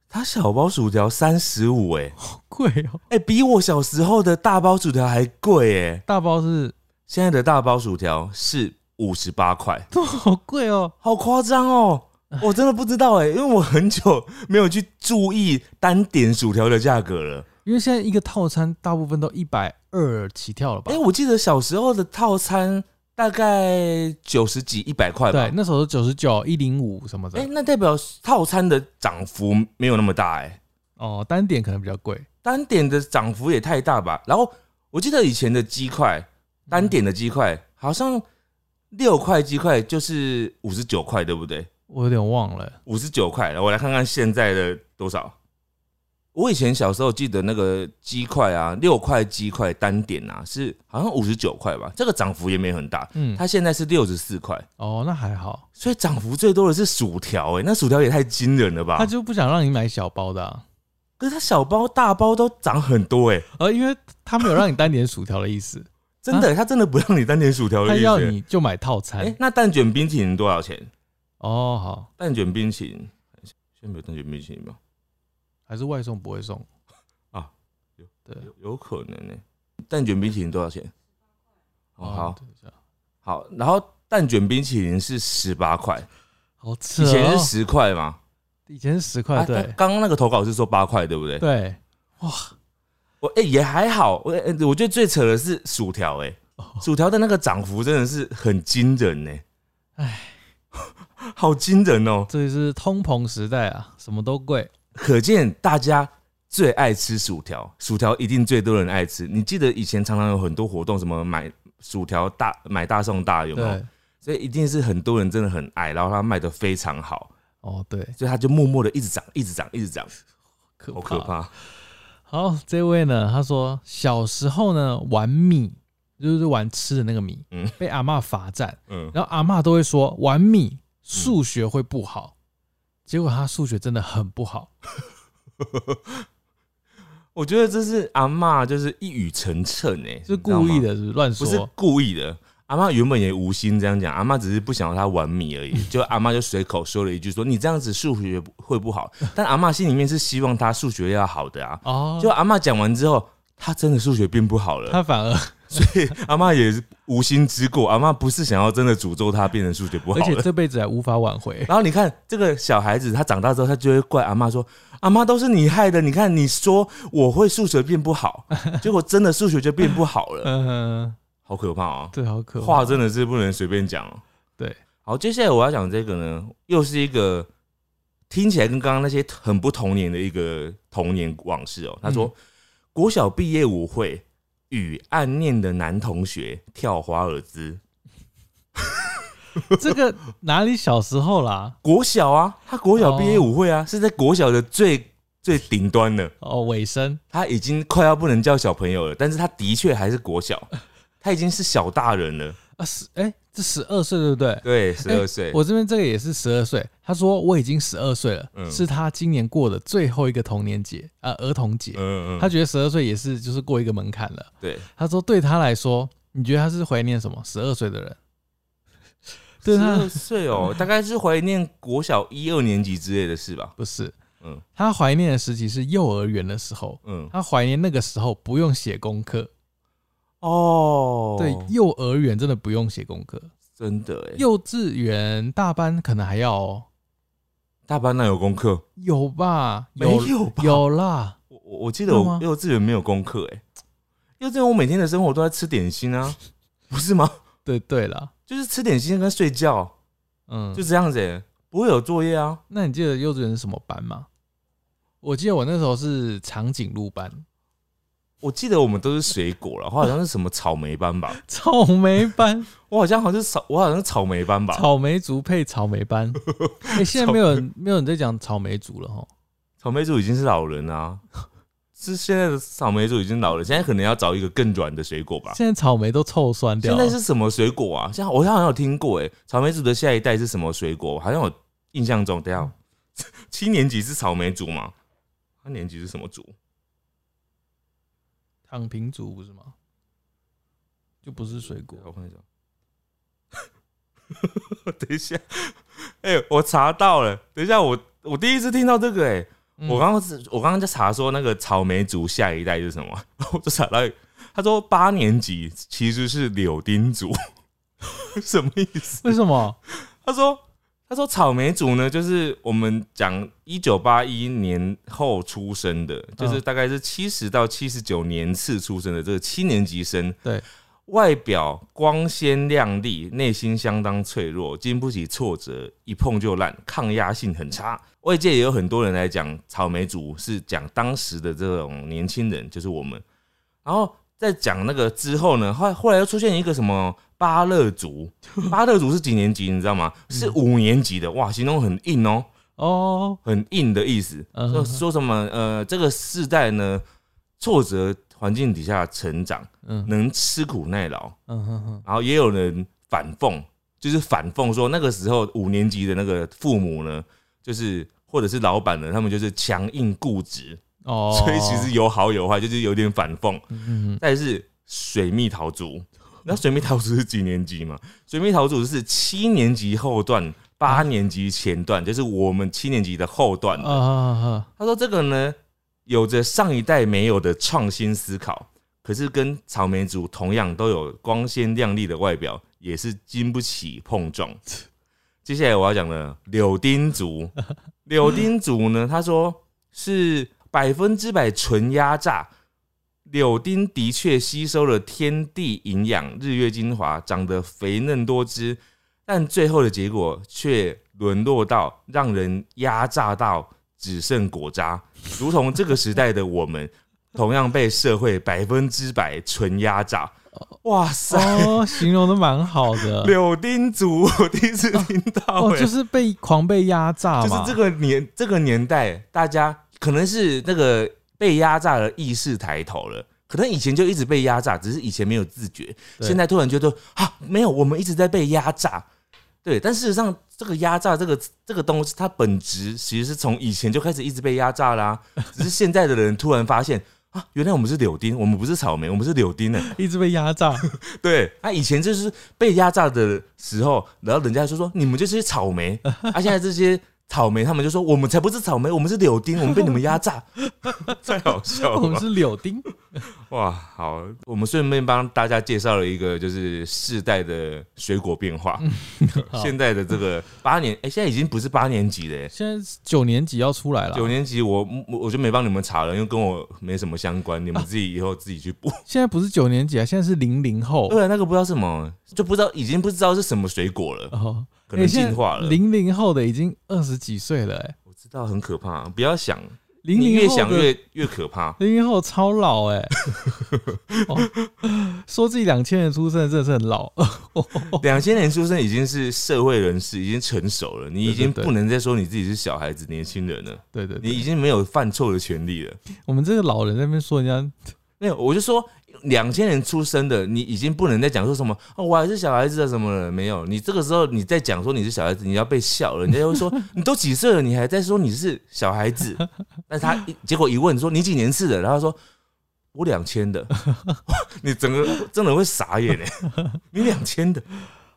B: 它小包薯条三十五，哎
A: 好贵哦、
B: 哎，比我小时候的大包薯条还贵哎、
A: 大包是
B: 现在的大包薯条是五十八块，
A: 都好贵哦、
B: 好夸张哦！我真的不知道哎、因为我很久没有去注意单点薯条的价格了。
A: 因为现在一个套餐大部分都一百二起跳了吧？
B: 哎、我记得小时候的套餐大概九十几、一百块吧
A: 对，。那时候九十九、一零五什么的。
B: 哎、那代表套餐的涨幅没有那么大哎、
A: 哦，单点可能比较贵。
B: 单点的涨幅也太大吧？然后我记得以前的鸡块，单点的鸡块好像六块鸡块就是五十九块，对不对？
A: 我有点忘了，
B: 五十九块，我来看看现在的多少。我以前小时候记得那个鸡块啊，六块鸡块单点啊，是好像五十九块吧，这个涨幅也没很大。
A: 嗯，
B: 它现在是六十四块，
A: 哦，那还好，
B: 所以涨幅最多的是薯条，哎，那薯条也太惊人了吧
A: 他？就不想让你买小包的、啊，
B: 可是它小包、大包都涨很多，哎，
A: 呃，因为他没有让你单点薯条的意 思，
B: 真的，它真的不让你单点薯条
A: 他
B: 的意
A: 啊要
B: 思。
A: 你就买套餐。
B: 哎，那蛋卷冰淇淋多少钱？
A: 哦，好，
B: 蛋卷冰淇淋，现在没有蛋卷冰淇淋吗？
A: 还是外送不会送
B: 啊？有
A: 对，
B: 有有可能呢、蛋卷冰淇淋多少钱？哦，好，
A: 等一下
B: 好，然后蛋卷冰淇淋是十八块，
A: 好扯、
B: 以
A: 哦，
B: 前是十块嘛？
A: 以前是十块，
B: 啊
A: 对
B: 刚刚那个投稿是说八块，对不对？
A: 对，
B: 我哎、也还好，我、哎我觉得最扯的是薯条，哎，
A: 哦
B: 薯条的那个涨幅真的是很惊人呢、
A: 唉
B: 哎， 好惊人哦！
A: 这就是通膨时代啊，什么都贵。
B: 可见大家最爱吃薯条，薯条一定最多人爱吃。你记得以前常常有很多活动，什么买薯条大买大送大，有没有？
A: 对，
B: 所以一定是很多人真的很爱，然后它卖的非常好，
A: 哦对，
B: 所以它就默默的一直涨，一直涨，一直涨，
A: 可
B: 好可怕。
A: 好，这位呢，他说小时候呢玩米，就是玩吃的那个米，
B: 嗯
A: 被阿嬷罚站，
B: 嗯，
A: 然后阿嬷都会说玩米数学会不
B: 嗯
A: 好，结果他数学真的很不好。
B: 我觉得这是阿嬷就是一语成谶哎、
A: 是故意
B: 你知
A: 的，
B: 道吗，
A: 是不是乱
B: 不是
A: 说。
B: 故意的。阿嬷原本也无心这样讲，阿嬷只是不想让他玩米 而已。就阿嬷就随口说了一句说：“你这样子数学会不 好。”但阿嬷心里面是希望他数学要好的啊。
A: 哦，
B: 就阿嬷讲完之后，他真的数学变不好了。
A: 他反而
B: 所以阿妈也是无心之过，阿妈不是想要真的诅咒他变成数学不好
A: 而且
B: 了。
A: 这辈子还无法挽回。
B: 然后你看这个小孩子，他长大之后，他就会怪阿妈说：“阿妈都是你害的，你看你说我会数学变不 好，结果真的数学就变不好了，
A: 嗯、
B: 好可怕啊！
A: 对，好可怕。
B: 话真的是不能随便讲哦。
A: 对，
B: 好，接下来我要讲这个呢，又是一个听起来跟刚刚那些很不童年的一个童年往事哦。他说，
A: 嗯
B: 国小毕业舞会与暗恋的男同学跳华尔兹。
A: 这个哪里小时候啦？
B: 国小啊，他国小毕业舞会啊，是在国小的最最顶端的，
A: 哦，尾声
B: 他已经快要不能叫小朋友了，但是他的确还是国小， 他已经是小大人了，
A: 啊，
B: 哎
A: 十哎、这十二岁对不对？
B: 对，十二岁。
A: 我这边这个也是十二岁，他说我已经十二岁了，
B: 嗯
A: 是他今年过的最后一个童年节啊、呃儿童节。
B: 嗯嗯
A: 他
B: 嗯，
A: 觉得十二岁也是就是过一个门槛了。
B: 对，
A: 他说对他来说，你觉得他是怀念什么？十二岁的人，对
B: 十
A: 他
B: 二岁哦，大概是怀念国小一二年级之类的事吧。
A: 不是，
B: 嗯
A: 他怀念的时期是幼儿园的时候，
B: 嗯，
A: 他怀念那个时候不用写功课。
B: 哦，
A: 对，幼儿园真的不用写功课，
B: 真的哎，
A: 幼稚园大班可能还要、哦、
B: 大班那有功课？
A: 有吧？
B: 没有吧
A: 有啦，
B: 我我我记得
A: 有
B: 我
A: 吗
B: 幼稚园没有功课哎，幼稚园我每天的生活都在吃点心 啊，不是吗？
A: 对对啦，
B: 就是吃点心跟睡觉，
A: 嗯，
B: 就这样子哎，不会有作业啊。
A: 那你记得幼稚园是什么班吗？我记得我那时候是长颈鹿班、
B: 我记得我们都是水果了，我好像是什么草莓班吧，
A: 草莓 班、
B: 我好像好像是草，我好像是草莓班吧，
A: 草莓族配草莓 班。哎、现在没有人没有人在讲草莓族了哈。
B: 草莓族已经是老人啊， 是现在的草莓族已经老了，现在可能要找一个更软的水果吧。
A: 现在草莓都臭酸掉
B: 现
A: 了。
B: 在是什么水果啊？像我好像有听过哎、草莓族的下一代是什么水果？我好像有印象中，等一下 七年级是草莓族嘛？八年级是什么族？
A: 躺平族不是吗？就不是水果
B: 啊我看一下。等一下， 哎、我查到了。等一下，我我第一次听到这个哎、
A: 嗯
B: 我刚刚是，我刚刚在查说那个草莓族下一代是什么， 然后我就查到一个，他说八年级其实是柳丁族， 什么意思？
A: 为什么？
B: 他说他说草莓族呢，就是我们讲一九八一年后出生的，就是大概是七十到七十九年次出生的这个七年级生，
A: 对，
B: 外表光鲜亮丽，内心相当脆弱，经不起挫折，一碰就烂，抗压性很差。外界也有很多人来讲草莓族是讲当时的这种年轻人，就是我们。然后在讲那个之后呢，后来后来又出现一个什么巴勒族，巴勒族是几年级你知道吗？
A: 嗯
B: 是五年级的，哇，形容很硬哦、
A: 哦，
B: 很硬的意思。
A: 嗯
B: 说说什么呃，这个世代呢，挫折环境底下成长，
A: 嗯
B: 能吃苦耐劳，
A: 嗯哼哼，
B: 然后也有人反讽，就是反讽说那个时候五年级的那个父母呢，就是或者是老板呢，他们就是强硬固执，
A: 哦，
B: 所以其实有好有坏，就是有点反讽。
A: 嗯，嗯
B: 再来是水蜜桃族，那水蜜桃族是几年级嘛？水蜜桃族是七年级后段。八年级前段就是我们七年级的后段
A: 嗯
B: 的
A: 啊啊啊啊
B: 他说这个呢，有着上一代没有的创新思考，可是跟草莓族同样都有光鲜亮丽的外表，也是经不起碰撞。接下来我要讲的柳 丁族，柳丁族呢，他说是百分之百纯压榨。柳丁的确吸收了天地营养、日月精华，长得肥嫩多汁，但最后的结果却沦落到让人压榨到只剩果渣，如同这个时代的 我们，同样被社会百分之百纯压榨。哇塞，
A: 哦，形容的蛮好 的。
B: 柳丁族，我第一次听到、
A: 哦，
B: 欸，
A: 就是被狂被压榨
B: 就
A: 嘛，
B: 是这个年这个年代，大家可能是那个被压榨的意识抬头了。可能以前就一直被压榨，只是以前没有自觉，
A: 对
B: 现在突然觉得啊，没有，我们一直在被压榨。对，但事实上，这个压榨这个这个东西，它本质其实是从以前就开始一直被压榨啦、只是现在的人突然发现啊，原来我们是柳丁，我们不是草莓，我们是柳丁呢、
A: 一直被压 榨。
B: 对，他啊以前就是被压榨的时候，然后人家就说你们就是草莓， 啊，现在这些草莓他们就 说我们才不是草莓，我们是柳丁，我们被你们压榨，太好笑
A: 我
B: 了
A: 们
B: 吧。
A: 是柳丁，
B: 哇，好，我们顺便帮大家介绍了一个就是世代的水果变 化。
A: 好
B: 现在的这个八年，哎、现在已经不是八年级了、欸，
A: 现在九年级要出来了，
B: 九年级我我我就没帮你们查了，因为跟我没什么相关，你们自己以后自己去补。
A: 现在不是九年级啊，现在是零零后。
B: 对啊，那个不知道是什么，就不知道已经不知道是什么水果了，
A: 哦，
B: 可能进化了。
A: 零零后的已经二十几岁了、哎，
B: 我知道很可怕，不要想，
A: 零
B: 你
A: 零
B: 越想
A: 零
B: 越越可怕。
A: 零后超老 哎、哦说自己两千年出生真的是很老。 哦
B: 两千年出生已经是社会人士，已经成熟了，你已经
A: 对对对
B: 不能再说你自己是小孩子、年轻人了，
A: 对对
B: 你已
A: 对，
B: 经没有犯错的权利了。
A: 我们这个老人在那边说人家，
B: 没有，我就说两千年出生的，你已经不能再讲说什么哦，我还是小孩子啊什么的，没有。你这个时候你再讲说你是小孩子，你要被笑了，人家就会说你都几岁了，你还在说你是小孩子。但他一结果一问说你几年次的，然后他说我两千的， 你整个真的会傻眼哎，你两千的，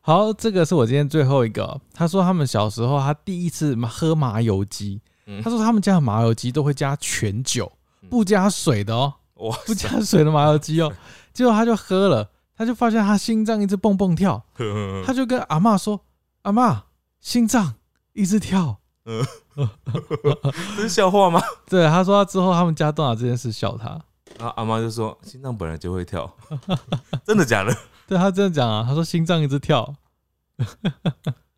A: 好，这个是我今天最后一个哦。他说他们小时候他第一次喝麻油鸡，
B: 嗯
A: 他说他们家的麻油鸡都会加全酒，不加水的哦，
B: 哇
A: 不加水的麻油鸡哦。结果他就喝了，他就发现他心脏一直蹦蹦跳，
B: 嗯
A: 他就跟阿嬷说：“阿嬷，心脏一直跳。
B: 这是笑话吗？”
A: 对，他说他之后他们家都拿这件事笑他。
B: 然后阿妈就说心脏本来就会跳，真的假的？
A: 对他这样讲啊，他说心脏一直跳。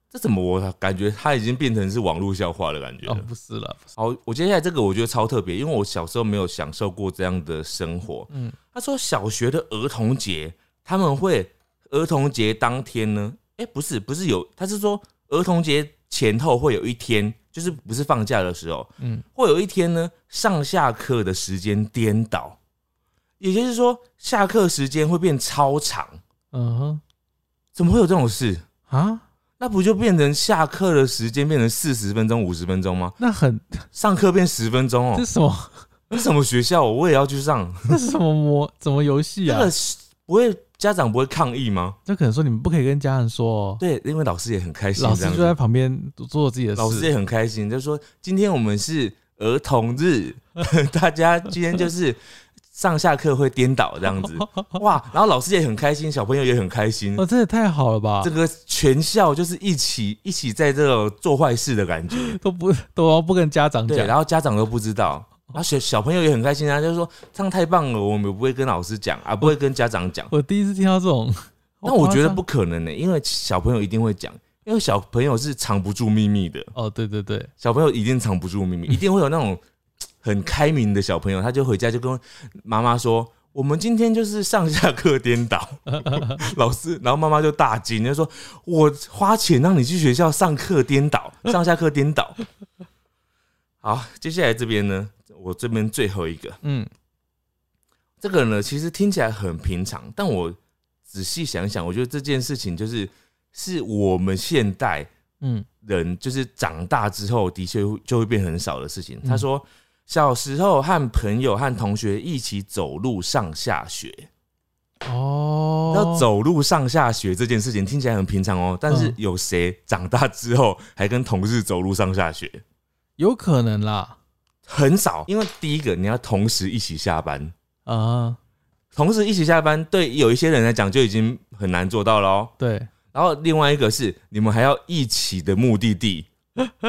B: 这怎么我感觉他已经变成是网络笑话的感觉
A: 哦
B: 了？，
A: 不是了，不是
B: 好，我接下来这个我觉得超特别，因为我小时候没有享受过这样的生活。
A: 嗯，
B: 他说小学的儿童节他们会儿童节当天呢，哎、不是不是有，他是说儿童节前后会有一天，就是不是放假的时候，
A: 嗯，
B: 会有一天呢上下课的时间颠倒，也就是说下课时间会变超长，
A: 嗯哼
B: 怎么会有这种事？
A: 啊，
B: 那不就变成下课的时间变成四十分钟、五十分钟吗？
A: 那很
B: 上课变十分钟哦、
A: 这是什么？
B: 这什么学校？我也要去上。
A: 这是什么模？怎么游戏
B: 这
A: 啊？
B: 个是不会家长不会抗议吗？
A: 就可能说你们不可以跟家人说哦。
B: 对，因为老师也很开心
A: 老
B: 这
A: 师
B: 样
A: 就
B: 子，
A: 在旁边做自己的事。
B: 老师也很开心，就说今天我们是儿童 日，大家今天就是上下课会颠倒这 样子，哇！然后老师也很开心，小朋友也很开心
A: 哦，，这也太好了吧
B: 这！个全校就是一起一起在这种做坏事的感觉，
A: 都不都不跟家长
B: 对，
A: 讲，
B: 然后家长都不知道。然后小小朋友也很开心啊，就是说这样太棒了，我们不会跟老师讲啊，不会跟家长讲，
A: 我第一次听到这种。
B: 但我觉得
A: 好夸张
B: 不可能呢、欸因为小朋友一定会讲，因为小朋友是藏不住秘密的，
A: 哦，对对对，
B: 小朋友一定藏不住秘 密，一定会有那种很开明的小朋友，他就回家就跟妈妈说。我们今天就是上下课颠 倒，老师，然后妈妈就大惊，就说：“我花钱让你去学校上课颠倒，上下课颠倒。”好，接下来这边呢，我这边最后一个，
A: 嗯，
B: 这个呢，其实听起来很平常，但我仔细想想，我觉得这件事情就是是我们现代
A: 嗯，
B: 人就是长大之后的确会就会变很少的事情。
A: 嗯
B: 他说，小时候和朋友和同学一起走路上下学，
A: 哦，
B: 那、走路上下学这件事情听起来很平常哦，但是
A: 嗯
B: 有谁长大之后还跟同事走路上下学？
A: 有可能啦，
B: 很少，因为第一个你要同时一起下班，
A: 啊、
B: 同时一起下班，对有一些人来讲就已经很难做到了哦。
A: 对，
B: 然后另外一个是你们还要一起的目 的地，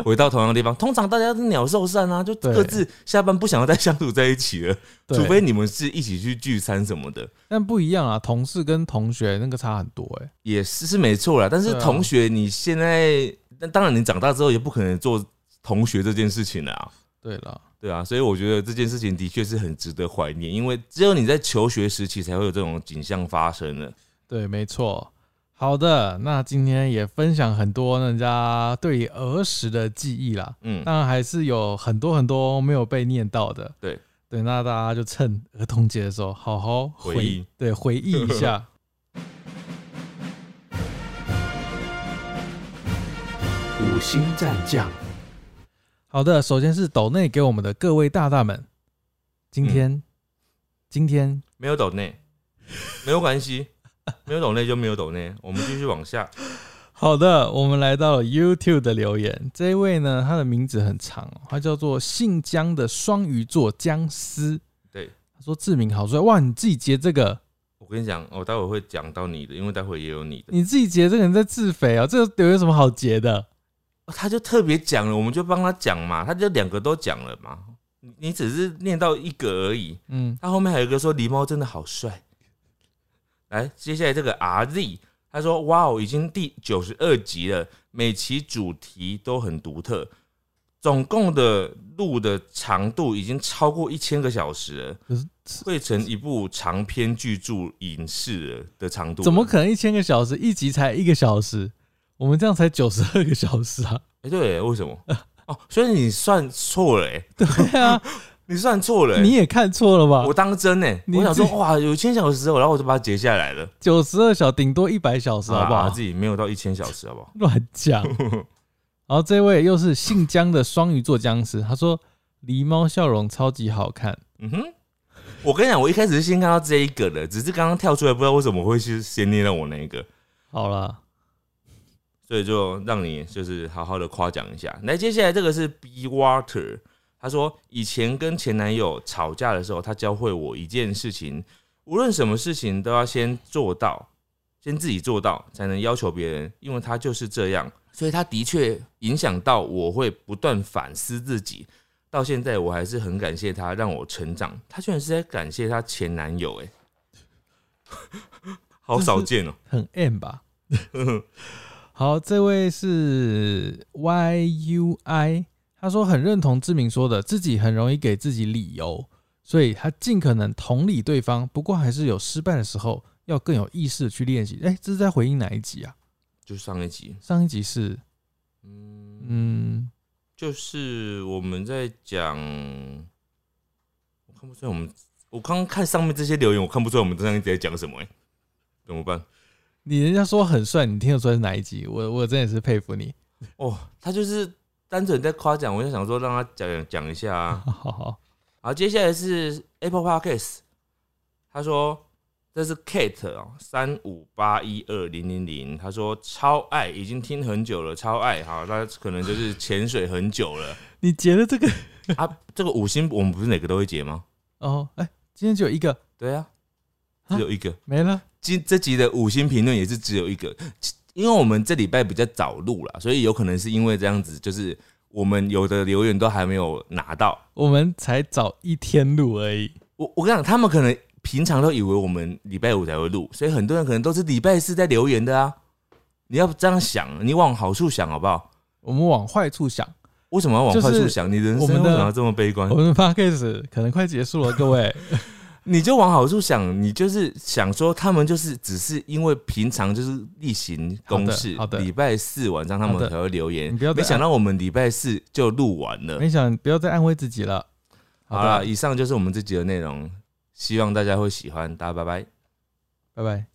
B: 回到同样的地方。通常大家是鸟兽散啊，就
A: 对
B: 各自下班不想要再相处在一起了，
A: 对
B: 除非你们是一起去聚餐什么的，
A: 但不一样啊，同事跟同学那个差很多哎、
B: 也是是没错啦。但是
A: 对啊
B: 同学，你现在，但当然你长大之后也不可能做同学这件事情了啊。
A: 对了，
B: 对啊，所以我觉得这件事情的确是很值得怀念，因为只有你在求学时期才会有这种景象发生的。
A: 对，没错。好的，那今天也分享很多人家对于儿时的记忆啦，
B: 嗯，
A: 当然还是有很多很多没有被念到的。
B: 对
A: 对，那大家就趁儿童节的时候好好回
B: 回忆
A: 对回忆一 下。
C: 五星战将，
A: 好的，首先是斗内给我们的各位大大们，今天、
B: 嗯
A: 今天
B: 没有抖内，没有关系，没有抖内就没有抖内，我们继续往下。
A: 好的，我们来到了 YouTube 的留言。这一位呢，他的名字很长哦、他叫做姓江的双鱼座僵尸。
B: 对，
A: 他说志明好帅，哇，你自己截这个，
B: 我跟你讲，我待会会讲到你的，因为待会也有你的。
A: 你自己截这个人在自肥啊、这个有什么好截的？
B: 他就特别讲了，我们就帮他讲嘛，他就两个都讲了嘛。你你只是念到一个而已，
A: 嗯，
B: 他后面还有一个说狸猫真的好帅。来，接下来这个 RZ，他说：“哇哦，已经第九十二集了，每期主题都很独特，总共的录的长度已经超过一千个小时了，
A: 可是
B: 汇成一部长篇巨著影视了的长度。”
A: 怎么可能一千个小时一集才一个小时？我们这样才九十二个小时 啊！
B: 哎、对，为什么？哦，所以你算错了、欸，
A: 对啊，
B: 你算错了、欸，
A: 你也看错了吧
B: 我？当真呢、欸，
A: 你
B: 我想说
A: 自己
B: 哇，有一千小时哦，然后我就把它截下来了，
A: 九十二小顶多一百小时，好不
B: 啊
A: 好
B: 自？己没有到一千小时，好不好？
A: 乱 讲。然后这位又是姓江的双鱼座僵尸，他说狸猫笑容超级好看，
B: 嗯哼，我跟你讲，我一开始是先看到这一个的，只是刚刚跳出来，不知道为什么会去先念到我那一个，
A: 好啦，
B: 所以就让你就是好好的夸奖一下。来，接下来这个是 B Water，他说以前跟前男友吵架的时候，他教会我一件事情，无论什么事情都要先做到，先自己做到，才能要求别人，因为他就是这样。所以他的确影响到我会不断反思自己。到现在我还是很感谢他，让我成长。他居然是在感谢他前男友、欸， 好少见哦、
A: 很 M 吧？ 好，这位是 YUI，他说很认同志明说的，自己很容易给自己理由，所以他尽可能同理对方，不过还是有失败的时候，要更有意识地去练习。哎、这是在回应哪一集啊？
B: 就上一集，
A: 上一集是
B: 嗯
A: 嗯，
B: 就是我们在讲，我看不出来我们，我刚刚看上面这些留言，我看不出来我们上一集在讲什么、欸，怎么办？
A: 你人家说很帅，你听得出来是哪一集？我我真的是佩服你。
B: 哦，他就是单纯在夸奖，我就想说让他讲讲一下啊。
A: 好好好，
B: 好，接下来是 Apple Podcast，他说这是 Kate 哦，三五八一二零零零，他说超爱，已经听很久了，超爱，好，他可能就是潜水很久 了
A: 你截的这个
B: 啊。这个五星我们不是哪个都会截吗？
A: 哦，哎、今天只有一个
B: 对啊，
A: 啊
B: 只有一个。
A: 没了。
B: 今这集的五星评论也是只有一个，因为我们这礼拜比较早录了，所以有可能是因为这样子，就是我们有的留言都还没有拿到。
A: 我们才早一天录而已。
B: 我我跟你讲，他们可能平常都以为我们礼拜五才会录，所以很多人可能都是礼拜四在留言的啊。你要这样想，你往好处想好不好？
A: 我们往坏处想，
B: 为什么要往坏处想？你人
A: 我
B: 生
A: 们
B: 为
A: 的
B: 什么要这么悲观
A: 我？们的 podcast 可能快结束了，各位。
B: 你就往好处想，你就是想说他们就是只是因为平常就是例行公事
A: 好的好的，
B: 礼拜四晚上他们
A: 好的
B: 才会留言。
A: 你不要再啊
B: 没想到我们礼拜四就录完了。
A: 没想不要再安慰自己了。
B: 好
A: 的啊
B: 了，以上就是我们这集的内容，希望大家会喜欢，大家拜拜。
A: 拜拜。